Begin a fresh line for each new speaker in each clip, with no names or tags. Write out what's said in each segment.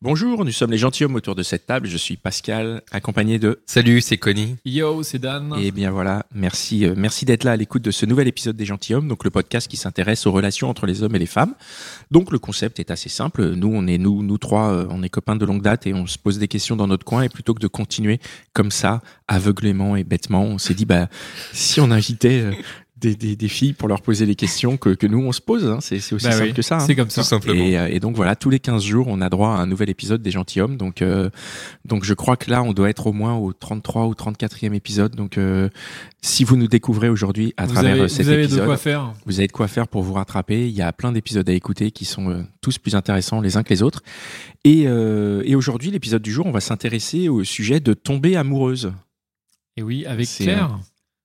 Bonjour, nous sommes les gentilshommes autour de cette table. Je suis Pascal, accompagné de.
Salut, c'est Connie.
Yo, c'est Dan.
Et bien voilà, merci, euh, merci d'être là à l'écoute de ce nouvel épisode des Gentilhommes, donc le podcast qui s'intéresse aux relations entre les hommes et les femmes. Donc le concept est assez simple. Nous, on est nous, nous trois, euh, on est copains de longue date et on se pose des questions dans notre coin. Et plutôt que de continuer comme ça, aveuglément et bêtement, on s'est dit bah si on invitait euh, des, des, des filles pour leur poser les questions que, que nous on se pose, hein. c'est c'est aussi
Bah
simple
oui,
que ça. hein.
C'est comme ça.
Tout simplement.
Et, euh, et donc voilà, tous les 15 jours, on a droit à un nouvel épisode des Gentilhommes. Donc, euh, donc je crois que là, on doit être au moins au 33 ou 34e épisode. Donc, euh, si vous nous découvrez aujourd'hui à
vous
travers
avez,
euh, cet
vous avez
épisode,
de quoi faire.
vous avez de quoi faire pour vous rattraper. Il y a plein d'épisodes à écouter qui sont euh, tous plus intéressants les uns que les autres. Et, euh, et aujourd'hui, l'épisode du jour, on va s'intéresser au sujet de tomber amoureuse.
Et oui, avec
C'est,
Claire.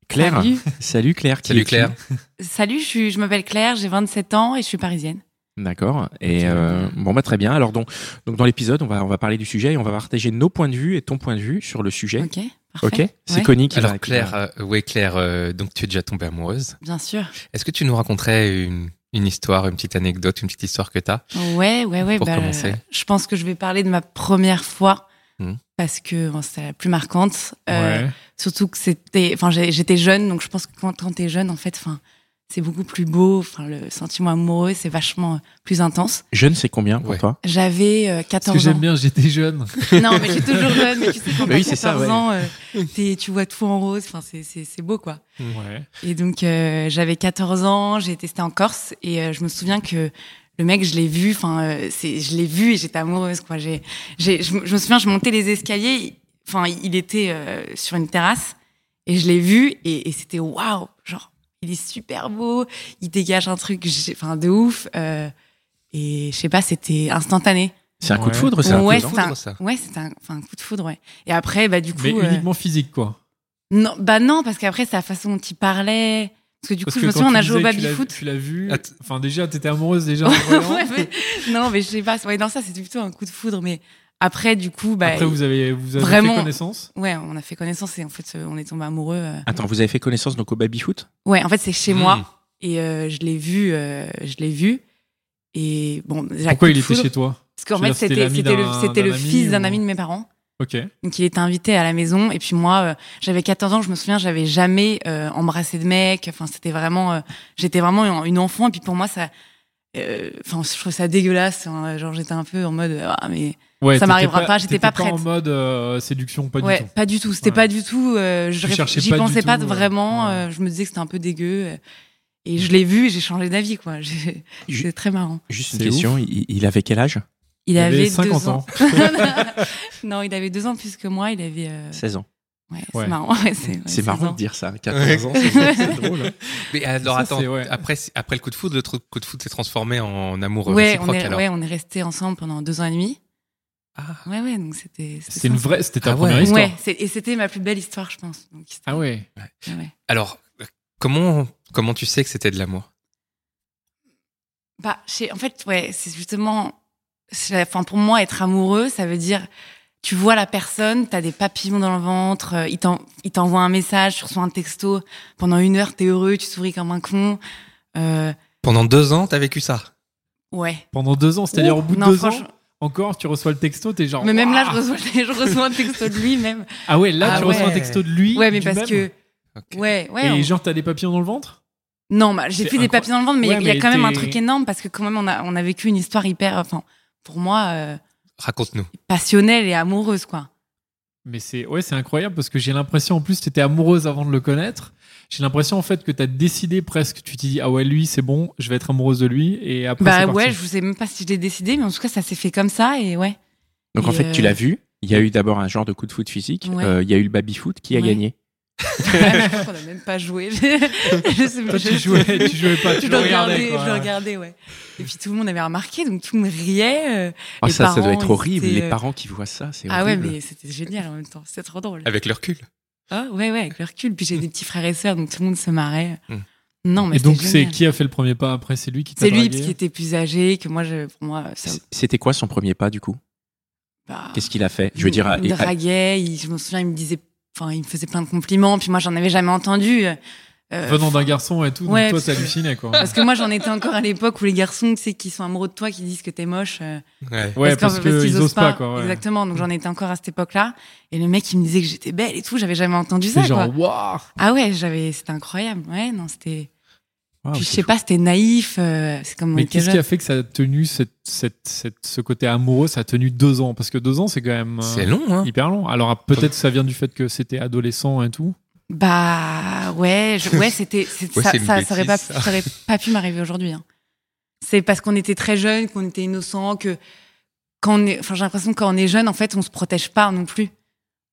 Claire,
Salut.
salut Claire. qui
Ah Salut
es-tu
Claire.
Salut, je, suis- je m'appelle Claire, j'ai 27 ans et je suis parisienne.
D'accord. Et euh, bon bah très bien. Alors donc, donc dans l'épisode, on va on va parler du sujet et on va partager nos points de vue et ton point de vue sur le sujet.
Ok,
Ok.
parfait.
C'est
Ouais,
Connie qui va-
Alors
qui va-
Claire, euh, ouais Claire, euh, donc tu es déjà tombée amoureuse.
Bien sûr.
Est-ce que tu nous raconterais une, une histoire, une petite anecdote, une petite histoire que t'as
Ouais, ouais, ouais.
Pour
bah,
commencer.
euh, je pense que je vais parler de ma première fois
Mhm.
parce que bon, c'était la plus marquante. Euh,
ouais.
Surtout que c'était, enfin, j'ai- j'étais jeune, donc je pense que quand, quand t'es jeune, en fait, enfin, c'est beaucoup plus beau. Enfin, le sentiment amoureux, c'est vachement euh, plus intense.
Jeune, c'est combien pour
Ouais.
toi
J'avais euh,
Ce que
14 ans.
j'aime bien, j'étais jeune.
Non, mais j'ai toujours jeune. Mais tu sais, quand
Bah
t'as
oui,
14
c'est ça, ouais.
ans, euh, t'es- tu vois tout en rose. Enfin, c'est- c'est c'est beau, quoi.
Ouais.
Et donc euh, j'avais 14 ans, j'ai testé en Corse et euh, je me souviens que le mec, je l'ai vu, enfin euh, c'est je l'ai vu et j'étais amoureuse quoi. J'ai j'ai je, me je me souviens je montais les escaliers, il- enfin il était euh, sur une terrasse et je l'ai vu et, et c'était waouh, genre il est super beau, il dégage un truc j'ai- enfin de ouf euh, et je sais pas, c'était instantané.
C'est un coup de
Ouais.
foudre, ça.
Ouais,
coup de
c'est un,
foudre, ça.
ouais, c'est un, enfin, un coup de foudre, ouais. Et après, bah, du coup.
Mais
euh,
uniquement physique, quoi.
non, bah non, parce qu'après, c'est la façon dont il parlait. Parce que du
Parce
coup,
que
je me
quand
souviens, on
tu
a joué au
disais que tu l'as-
baby-foot.
Tu l'as vu.
Att-
Enfin, déjà, t'étais amoureuse déjà. en voyant.
Ouais, mais- non, mais je sais pas. Ouais, non, ça, c'était plutôt un coup de foudre. Mais après, du coup, bah,
Après, vous avez, vous avez
Vraiment.
fait connaissance.
ouais, on a fait connaissance et en fait, euh, on est tombé amoureux. euh.
Attends, vous avez fait connaissance donc au baby foot
Ouais, en fait, c'est chez
Hmm.
moi. Et euh, je l'ai vu, euh, je l'ai vu. Et bon, déjà,
Pourquoi
coup
il
de
était
foudre,
chez toi
Parce qu'en
Je veux
fait,
dire, c'était
c'était c'était
l'ami
le,
d'un-
c'était
d'un
le
ami
fils d'un
ou-
ami de mes parents.
Ok.
Donc il était invité à la maison et puis moi euh, j'avais 14 ans, je me souviens, j'avais jamais euh, embrassé de mec, enfin c'était vraiment euh, j'étais vraiment une- une enfant et puis pour moi ça euh, enfin je trouve ça dégueulasse, hein, genre j'étais un peu en mode ah mais
Ouais,
Ça
t'étais
m'arrivera pas, j'étais
t'étais
pas
en
prête.
mode euh, séduction, pas
ouais,
du tout.
pas du tout, c'était
Ouais.
pas du tout euh, je
Tu
réfl-
cherchais
j'y
pas du
pensais pas
tout, ouais.
vraiment,
Ouais.
euh, je me disais que c'était un peu dégueu euh, et je l'ai vu et j'ai changé d'avis quoi. J'ai-
Ju-
C'est très marrant.
Juste
une
une question. Il, il avait quel âge
Euh,
Il,
avait
avait
50
deux
ans.
ans. non, il avait deux ans plus que moi, il avait euh,
16 ans.
ouais,
Ouais.
c'est marrant, ouais, c'est ouais,
c'est
16
marrant
ans.
de dire ça. 14 ans, c'est- c'est
hein.
drôle.
Mais alors
Ça, c'est-
attends,
ouais.
après après le coup de foudre, le tr- coup de foudre s'est transformé en amour
Ouais, on
réciproque
est,
alors.
ouais, on est restés ensemble pendant deux ans et demi.
Ah.
Ouais, ouais, donc c'était.
C'était une
sympa.
vraie, c'était ta
Ah ouais.
première histoire.
Ouais, c'est- et c'était ma plus belle histoire, je pense. Donc, c'était-
Ah ouais.
ouais, ouais.
Alors euh, comment comment tu sais que c'était de l'amour
Bah, je sais- en fait, ouais, c'est justement. c'est la- Enfin, pour moi, être amoureux, ça veut dire. Tu vois la personne, t'as des papillons dans le ventre, euh, il t'en- il t'envoie un message, tu reçois un texto. Pendant une heure, t'es heureux, tu souris comme un con. Euh,
Pendant deux ans, t'as vécu ça
ouais.
Pendant deux ans, c'est-à-dire au bout de
Non,
deux ans,
franchement-
encore, tu reçois le texto, t'es genre.
Mais même là, je
Ouah
reçois, je reçois un texto de lui, même.
Ah ouais, là,
Ah
tu reçois un
ouais.
texto de lui.
Ouais, mais
du
parce
même.
que.
Ok.
Ouais, ouais.
Et
on-
genre, t'as des papillons dans le ventre
Non, bah, j'ai
C'est
fait des
incro-
papillons dans le ventre, mais il y a-
Ouais,
il y,
mais
a quand même un
t'es-
truc énorme parce que quand même on a, on a vécu une histoire hyper, enfin, pour moi, euh,
Raconte-nous.
passionnelle et amoureuse, quoi.
Ah, Mais c'est ouais, c'est incroyable parce que j'ai l'impression en plus t'étais amoureuse avant de le connaître. J'ai l'impression en fait que t'as décidé presque. Tu t'es dit ah ouais lui c'est bon, je vais être amoureuse de lui et après c'est
Bah
parti.
ouais, je sais même pas si je l'ai décidé, mais en tout cas, ça s'est fait comme ça et ouais.
Donc en
Et
fait, tu
euh,
l'as vu. Il y a eu d'abord un genre de coup de foot physique.
Ouais.
euh, il y a eu le baby foot. Qui a
Ouais.
gagné
je crois qu'on a même pas joué. je sais
Toi,
pas,
tu
je-
jouais, tu jouais pas,
je
tu le
le
regardais.
regardais,
quoi.
je le regardais, ouais. Et puis tout le monde avait remarqué, donc tout le monde riait. euh,
Ah,
les
ça, ça doit
parents,
être
ils
horrible.
étaient,
Les
euh,
parents qui voient ça, c'est
Ah ouais,
horrible.
mais c'était génial en même temps. C'était trop drôle.
Avec le recul.
Ah ouais, ouais, avec le recul. Puis j'ai des petits frères et sœurs, donc tout le monde se marrait.
Mm.
Non, mais
Hmm. Et donc,
c'était
c'est
génial.
qui a fait le premier pas après C'est lui qui t'a
C'est lui,
dragué
parce qu'il était plus âgé, que moi, je, pour moi, ça.
C- C'était quoi son premier pas du coup
bah,
Qu'est-ce qu'il a fait Je veux dire, à-
il me
à-
draguait, il- je me souviens, il me disait, enfin, il me faisait plein de compliments, puis moi, j'en avais jamais entendu. euh, euh,
Venant d'un garçon et tout,
Ouais,
donc toi,
parce que-
t'hallucinais, quoi.
Parce que moi, j'en étais encore à l'époque où les garçons, tu sais, qui sont amoureux de toi, qui disent que t'es moche. euh,
Ouais.
Ouais, parce,
qu'en-
qu'ils osent pas, quoi. ouais.
Exactement. Donc j'en étais encore à cette époque-là. Et le mec, il me disait que j'étais belle et tout. J'avais jamais entendu ça,
C'est genre,
quoi.
waouh
Ah ouais, j'avais, c'était incroyable. Ouais, non, c'était.
Waouh,
Puis, je
c'est
sais pas, c'était naïf. euh, c'est comme. on
Ah, Mais
était
qu'est-ce
jeunes.
qui a fait que ça a tenu cette, cette, cette- ce côté amoureux Ça a tenu deux ans Parce que deux ans, c'est quand même euh,
C'est long, hein
hyper long. Alors peut-être ça vient du fait que c'était adolescent et tout.
Bah ouais, je- ouais, c'était. c'est-
Ouais,
ça,
c'est une
ça, ça aurait pas,
bêtise, ça.
ça aurait pas pu m'arriver aujourd'hui. hein. C'est parce qu'on était très jeunes, qu'on était innocents, que quand on est, enfin, j'ai l'impression que quand on est jeune, en fait, on se protège pas non plus.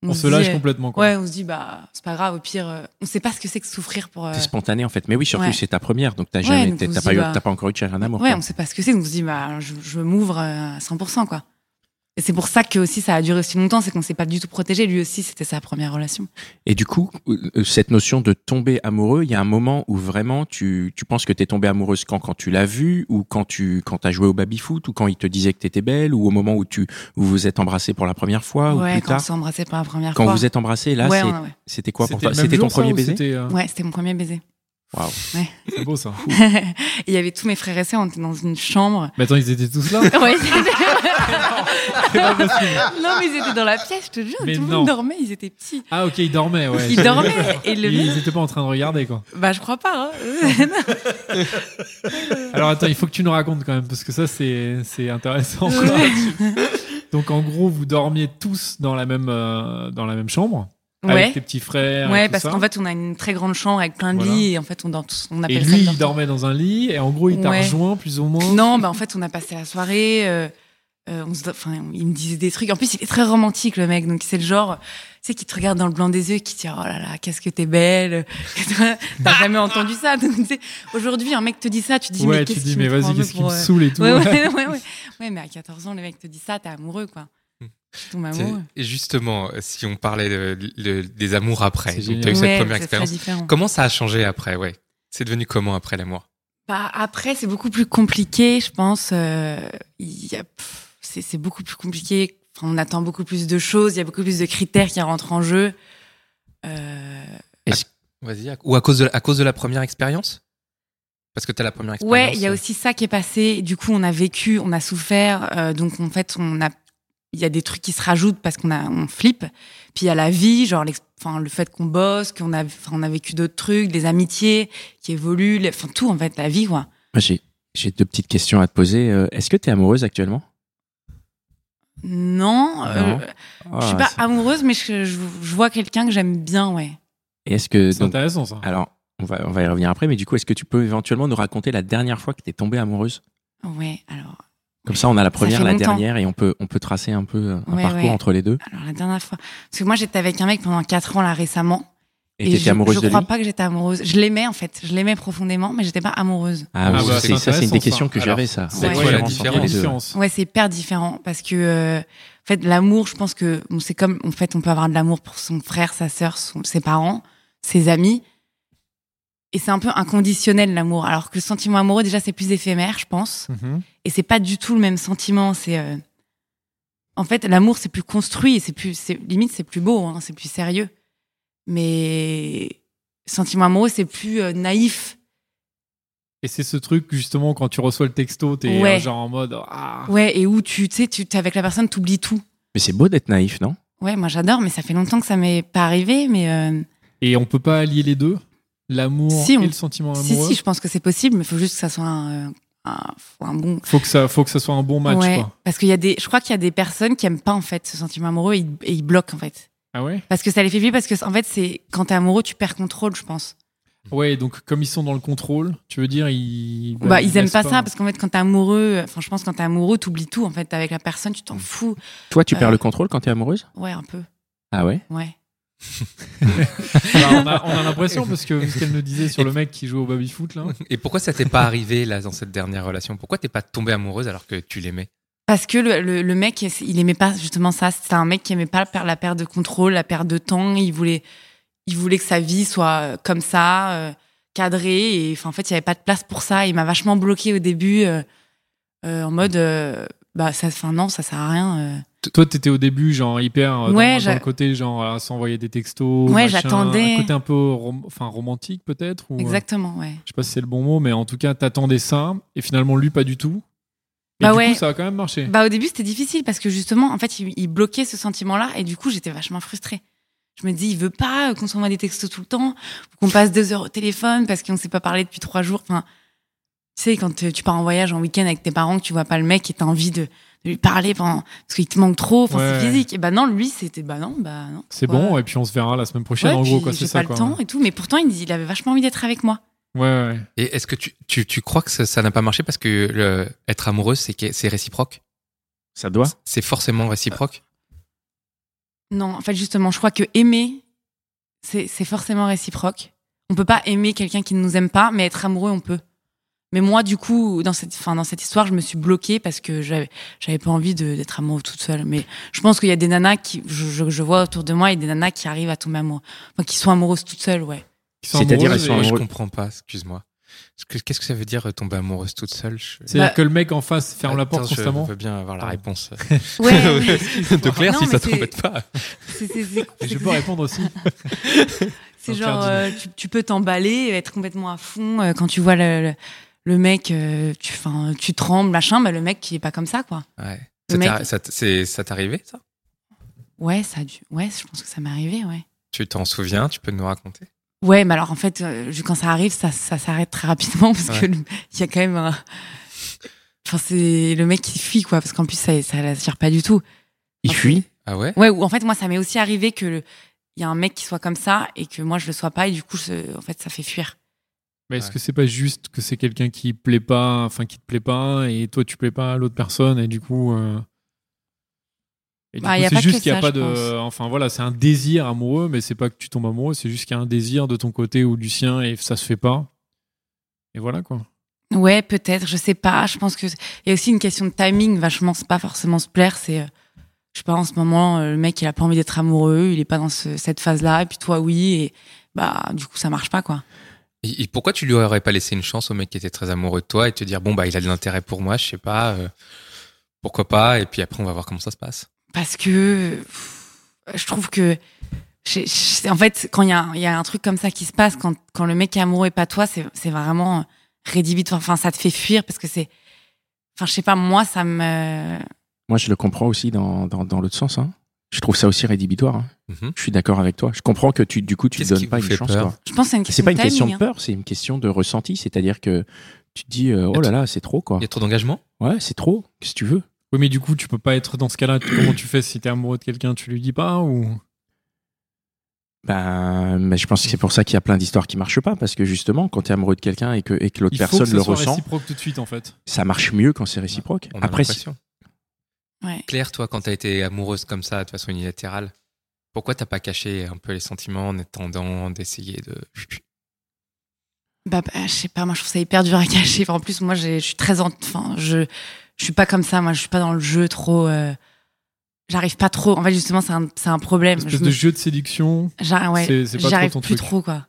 On se
dit,
lâche
euh,
complètement, quoi.
Ouais, on se dit bah c'est pas grave. Au pire, euh, on sait pas ce que c'est que souffrir pour. euh,
C'est spontané en fait. Mais oui, surtout
Ouais.
c'est ta première, donc t'as
Ouais,
jamais,
donc
t'as
on se
t'as
dit,
pas, eu-
bah-
t'as pas encore eu de chair à un amour.
Ouais,
quoi.
on sait pas ce que c'est. Donc on se dit, bah, je, je m'ouvre euh, à 100%, quoi. Et c'est pour ça que aussi ça a duré aussi longtemps, c'est qu'on s'est pas du tout protégé. Lui aussi, c'était sa première relation.
Et du coup, euh, cette notion de tomber amoureux, il y a un moment où vraiment tu, tu penses que t'es tombée amoureuse quand quand tu l'as vu ou quand tu quand t'as joué au baby foot ou quand il te disait que t'étais belle ou au moment où tu vous vous êtes embrassé pour la première fois ou
ouais,
plus
quand on
tard.
s'est embrassé pour la première
Quand
fois.
vous êtes embrassé, là,
ouais,
c'est-
on a- ouais.
c'était quoi pour
le
toi
même
C'était ton
jour, ça,
premier
ou
baiser
c'était, euh,
Ouais, c'était mon premier baiser.
Waouh.
C'est beau ça.
Et Il y avait tous mes frères et sœurs, on était dans une chambre.
Mais attends, ils étaient tous là
Ouais, ils étaient-
C'est pas possible.
non, mais ils étaient dans la pièce, je te jure.
Mais
tout le
non.
monde dormait, ils étaient petits.
Ah ok, ils dormaient, ouais.
Ils dormaient et le
Ils
mec-
étaient pas en train de regarder, quoi.
Bah, je crois pas. hein.
Alors attends, il faut que tu nous racontes quand même, parce que ça, c'est c'est intéressant. quoi.
Ouais.
Donc en gros, vous dormiez tous dans la même, euh, dans la même chambre, avec tes petits frères. et
Ouais,
tout
parce
ça.
qu'en fait, on a une très grande chambre avec plein de
Voilà.
lits et en fait, on dort tous. On
Et
appelle ça
lui,
le
il dormait dans un lit, et en gros, il t'a
Ouais.
rejoint plus ou moins.
Non, bah en fait, on a passé la soirée. euh, euh, on se, enfin, il me disait des trucs. En plus, il est très romantique, le mec. Donc, c'est le genre, tu sais, qui te regarde dans le blanc des yeux, et qui te dit, oh là là, qu'est-ce que t'es belle. T'as jamais entendu ça. Donc, tu sais, aujourd'hui, un mec te dit ça, tu dis,
ouais,
mais
tu
qu'est-ce
dis,
qu'il
mais
me prend
vas-y,
en mec
qu'est-ce qui me
pour, euh,
saoule et tout.
Ouais, ouais, ouais, ouais. Ouais, mais à 14 ans, le mec te dit ça, t'es amoureux, quoi.
Hmm.
Tu tombes
C'est-
amoureux.
Et justement, si on parlait de- de- des amours après,
C'est
donc
génial.
tu as eu
Ouais,
cette première
c'est très
expérience.
différent.
Comment ça a changé après, ouais C'est devenu comment après l'amour
Bah, après, c'est beaucoup plus compliqué, je pense. Euh, il y a- pff, c'est c'est beaucoup plus compliqué. Enfin, on attend beaucoup plus de choses. Il y a beaucoup plus de critères qui rentrent en jeu. Euh,
Vas-y. à- Ou à cause de, à cause de la première expérience Parce que tu as la première expérience.
ouais, il y a aussi ça qui est passé. Du coup, on a vécu, on a souffert. euh, donc, en fait, on a, il y a des trucs qui se rajoutent parce qu'on a, on flippe. Puis il y a la vie, genre, l'ex- enfin, le fait qu'on bosse, qu'on a, enfin, on a vécu d'autres trucs, des amitiés qui évoluent, les- enfin, tout en fait, la vie, quoi.
Moi, j'ai j'ai deux petites questions à te poser. Euh, Est-ce que t'es amoureuse actuellement
Non, euh,
Non.
je suis
Ah,
pas
c'est-
amoureuse, mais je, je- je vois quelqu'un que j'aime bien, ouais.
Et est-ce que
C'est
donc,
intéressant ça.
alors on va on va y revenir après, mais du coup, est-ce que tu peux éventuellement nous raconter la dernière fois que t'es tombée amoureuse
Ouais, alors,
Comme ça, on a la première,
fait
la
longtemps.
dernière, et on peut on peut tracer un peu un
Ouais,
parcours
ouais.
entre les deux.
alors la dernière fois. Parce que moi, j'étais avec un mec pendant 4 ans, là, récemment.
Et t'étais
je,
amoureuse
je
de lui
crois pas que j'étais amoureuse. Je l'aimais, en fait. Je l'aimais profondément, mais j'étais pas amoureuse.
Ah,
Ah
oui, c'est- ça,
bah, c'est
c'est une
intéressant,
des questions
ça.
que j'avais, ça.
c'est
La
quoi
la
différence entre les deux.
différence
Ouais, c'est hyper différent parce que, euh, en fait, l'amour, je pense que bon, c'est comme, en fait, on peut avoir de l'amour pour son frère, sa sœur, son- ses parents, ses amis. Et c'est un peu inconditionnel, l'amour. Alors que le sentiment amoureux, déjà, c'est plus éphémère, je pense.
Mhm.
et c'est pas du tout le même sentiment. C'est euh, en fait l'amour, c'est plus construit, et c'est plus, c'est limite, c'est plus beau, hein, c'est plus sérieux. Mais sentiment amoureux, c'est plus euh, naïf.
Et c'est ce truc, justement, quand tu reçois le texto, t'es
Ouais.
euh, genre en mode. Ah.
Ouais, et où tu, tu sais, tu t'es avec la personne, t'oublies tout.
Mais c'est beau d'être naïf, non
Ouais, moi j'adore, mais ça fait longtemps que ça m'est pas arrivé. Mais euh,
Et on peut pas allier les deux L'amour
Si, on-
et le sentiment
si,
amoureux
si, je pense que c'est possible, mais il faut juste que ça soit un, euh, un- un bon.
faut, que ça, faut que ça soit un bon match,
ouais,
quoi.
parce qu'il y a des, je crois qu'il y a des personnes qui aiment pas en fait ce sentiment amoureux et ils, et ils bloquent en fait,
Ah ouais
parce que ça les fait vivre, parce que en fait c'est quand t'es amoureux, tu perds contrôle, je pense.
Ouais, donc comme ils sont dans le contrôle, tu veux dire, ils.
Bah, ils aiment
laissent hein.
pas, ça parce qu'en fait quand t'es amoureux, euh, enfin je pense quand t'es amoureux, t'oublies tout en fait
Mm.
T'es avec la personne, tu t'en fous.
Toi, tu
Euh.
perds le contrôle quand t'es amoureuse
Ouais, un peu.
Ah ouais
Ouais.
Bah, on, a, on a l'impression parce que vu ce qu'elle nous disait sur le mec qui joue au baby foot là.
Et pourquoi ça t'est pas arrivé là dans cette dernière relation Pourquoi t'es pas tombée amoureuse alors que tu l'aimais
Parce que le, le- le mec, il aimait pas justement ça. C'était un mec qui aimait pas per- la perte de contrôle, la perte de temps. Il voulait, il voulait que sa vie soit euh, comme ça, euh, cadrée. Et enfin, en fait, il y avait pas de place pour ça. Il m'a vachement bloqué au début, euh, euh, en mode, euh, bah, ça, enfin non, ça sert à rien. euh.
Toi, t'étais au début, genre hyper euh, dans-
Ouais,
dans,
j'a-
le côté, genre à s'envoyer des textos.
Ouais,
machin,
j'attendais.
Un côté un peu rom- enfin, romantique peut-être. ou, euh,
Exactement, ouais.
je sais pas si c'est le bon mot, mais en tout cas, t'attendais ça et finalement lui pas du tout. Et
Bah
du
ouais.
coup, ça a quand même marché.
Bah, au début, c'était difficile parce que justement, en fait, il, il bloquait ce sentiment-là et du coup, j'étais vachement frustrée. Je me dis, il veut pas qu'on s'envoie des textos tout le temps, qu'on passe deux heures au téléphone parce qu'on s'est pas parlé depuis trois jours. Enfin, tu sais, quand euh, tu pars en voyage en week-end avec tes parents, que tu vois pas le mec et t'as envie de, de lui parler pendant, parce qu'il te manque trop, enfin,
Ouais.
c'est physique. Et bah non, lui, c'était bah non, bah non.
c'est
pourquoi
bon et puis on se verra la semaine prochaine
Ouais,
en
puis
gros quoi,
j'ai
c'est ça
pas
quoi.
le temps et tout, mais pourtant, il, il avait vachement envie d'être avec moi.
Ouais, ouais.
Et est-ce que tu, tu, tu crois que ça ça n'a pas marché parce que le- être amoureuse, c'est que- c'est réciproque
Ça doit.
C'est forcément réciproque
Non, en fait, justement, je crois que aimer, c'est c'est forcément réciproque. On peut pas aimer quelqu'un qui ne nous aime pas, mais être amoureux, on peut. Mais moi, du coup, dans cette, enfin, dans cette histoire, je me suis bloquée parce que j'avais j'avais pas envie de- d'être amoureuse toute seule. Mais je pense qu'il y a des nanas qui, je, je- je vois autour de moi, il y a des nanas qui arrivent à tomber amoureuses, enfin, qui sont amoureuses toutes seules, ouais.
Qui sont
C'est-à-dire,
amoureuses
elles sont
et-
Moi, Je
amoureux.
comprends pas, excuse-moi. Parce que Qu'est-ce que ça veut dire euh, tomber amoureuse toute seule Je-
C'est-à-dire
Bah-
que le mec en face ferme la porte
Attends, je
constamment.
veux bien avoir la
Pardon.
réponse.
Ouais.
de Claire,
Non,
si
mais
ça
c'est-
t'embête pas.
C'est- c'est- c'est-
Et
c'est-
je peux répondre aussi.
C'est
Donc,
genre,
Cardine.
euh, tu, tu peux t'emballer, être complètement à fond. euh, quand tu vois le, le, le mec, euh, tu, 'fin, tu trembles, machin, bah, le mec qui est pas comme ça, quoi.
Ouais.
Le
Ça
mec-
t'arri- ça t- c'est- ça t'est arrivé, ça
Ouais, ça a dû. Ouais, je pense que ça m'est arrivé, ouais.
Tu t'en souviens Tu peux nous raconter
Ouais, mais alors en fait, euh, je- quand ça arrive, ça, ça s'arrête très rapidement parce que
Ouais.
le- il y a quand même un. Enfin, c'est le mec qui fuit, quoi, parce qu'en plus, ça, ça l'attire pas du tout.
Il
Enfin,
fuit.
Ah ouais
Ouais, ou en fait, moi, ça m'est aussi arrivé que le- il y a un mec qui soit comme ça et que moi, je le sois pas et du coup, je- en fait, ça fait fuir.
Mais est-ce
Ouais.
que c'est pas juste que c'est quelqu'un qui plaît pas, enfin qui te plaît pas, et toi tu plais pas à l'autre personne, et du coup, euh, et du
Bah,
coup,
y a
c'est
pas que
juste qu'il y a
ça,
pas
je
de,
pense.
enfin voilà, c'est un désir amoureux, mais c'est pas que tu tombes amoureux, c'est juste qu'il y a un désir de ton côté ou du sien et ça se fait pas. Et voilà quoi.
Ouais, peut-être, je sais pas. Je pense que il y a aussi une question de timing. Vachement, c'est pas forcément se plaire. C'est, euh, je sais pas, en ce moment, euh, le mec, il a pas envie d'être amoureux, il est pas dans ce- cette phase-là, et puis toi, oui, et bah, du coup, ça marche pas, quoi.
et, et pourquoi tu lui aurais pas laissé une chance au mec qui était très amoureux de toi et te dire, bon, bah, il a de l'intérêt pour moi, je sais pas, euh, pourquoi pas, et puis après, on va voir comment ça se passe.
Parce que pff, je trouve que, j'ai- j'ai- en fait, quand il y a, il y a un truc comme ça qui se passe, quand, quand le mec est amoureux et pas toi, c'est c'est vraiment rédhibitoire. Enfin, ça te fait fuir parce que c'est, enfin, je sais pas, moi, ça me,
Moi, je le comprends aussi dans, dans, dans l'autre sens. hein. Je trouve ça aussi rédhibitoire. hein.
Mhm.
Je suis d'accord avec toi. Je comprends que tu, du coup, tu ne
Qu'est-ce qui
donnes pas
vous
une
fait
chance.
peur
quoi.
je pense que c'est une
C'est
question
pas une
de timing.
question de
hein.
peur, c'est une question de ressenti. C'est-à-dire que tu te dis, euh, oh là là, c'est trop, quoi.
Il y a trop d'engagement
Ouais, c'est trop. Qu'est-ce que tu veux
Oui, mais du coup, tu peux pas être dans ce cas-là. Tu- Comment tu fais si t'es amoureux de quelqu'un, tu lui dis pas ou
Ben, mais je pense que c'est pour ça qu'il y a plein d'histoires qui marchent pas, parce que justement, quand tu es amoureux de quelqu'un et que, et que l'autre
il faut que
personne
ce
le
soit
ressent,
réciproque tout de suite en fait.
ça marche mieux quand c'est réciproque.
On a
Après, si-
l'impression.
Ouais.
Claire, toi, quand t'as été amoureuse comme ça, de façon unilatérale, pourquoi t'as pas caché un peu les sentiments en attendant d'essayer de.
Bah, bah, je sais pas, moi je trouve ça hyper dur à cacher. Enfin, en plus, moi j'ai- je suis très. en- Enfin, je, je suis pas comme ça, moi je suis pas dans le jeu trop. euh, J'arrive pas trop. En fait, justement, c'est un, c'est un problème.
Une
Je
espèce
me-
de jeu de séduction.
J'ar- ouais,
C'est- c'est pas trop
J'y arrive
ton
plus
truc.
trop, quoi.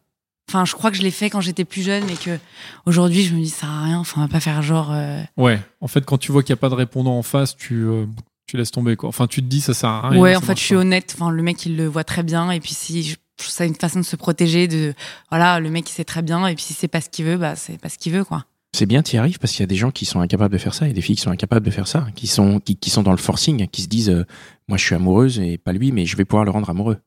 Enfin, je crois que je l'ai fait quand j'étais plus jeune, mais que aujourd'hui je me dis ça sert à rien. Enfin, on va pas faire genre. euh,
Ouais. En fait, quand tu vois qu'il y a pas de répondant en face, tu euh, tu laisses tomber quoi. Enfin, tu te dis ça sert à rien.
ouais,
Ah ça
en fait,
marche
je suis
pas.
honnête. Enfin, le mec il le voit très bien, et puis si je je trouve ça une façon de se protéger, de voilà, le mec il sait très bien, et puis si c'est pas ce qu'il veut, bah c'est pas ce qu'il veut, quoi.
c'est bien, tu y arrives, parce qu'il y a des gens qui sont incapables de faire ça, et des filles qui sont incapables de faire ça, qui sont, qui, qui sont dans le forcing, qui se disent, euh, moi je suis amoureuse et pas lui, mais je vais pouvoir le rendre amoureux.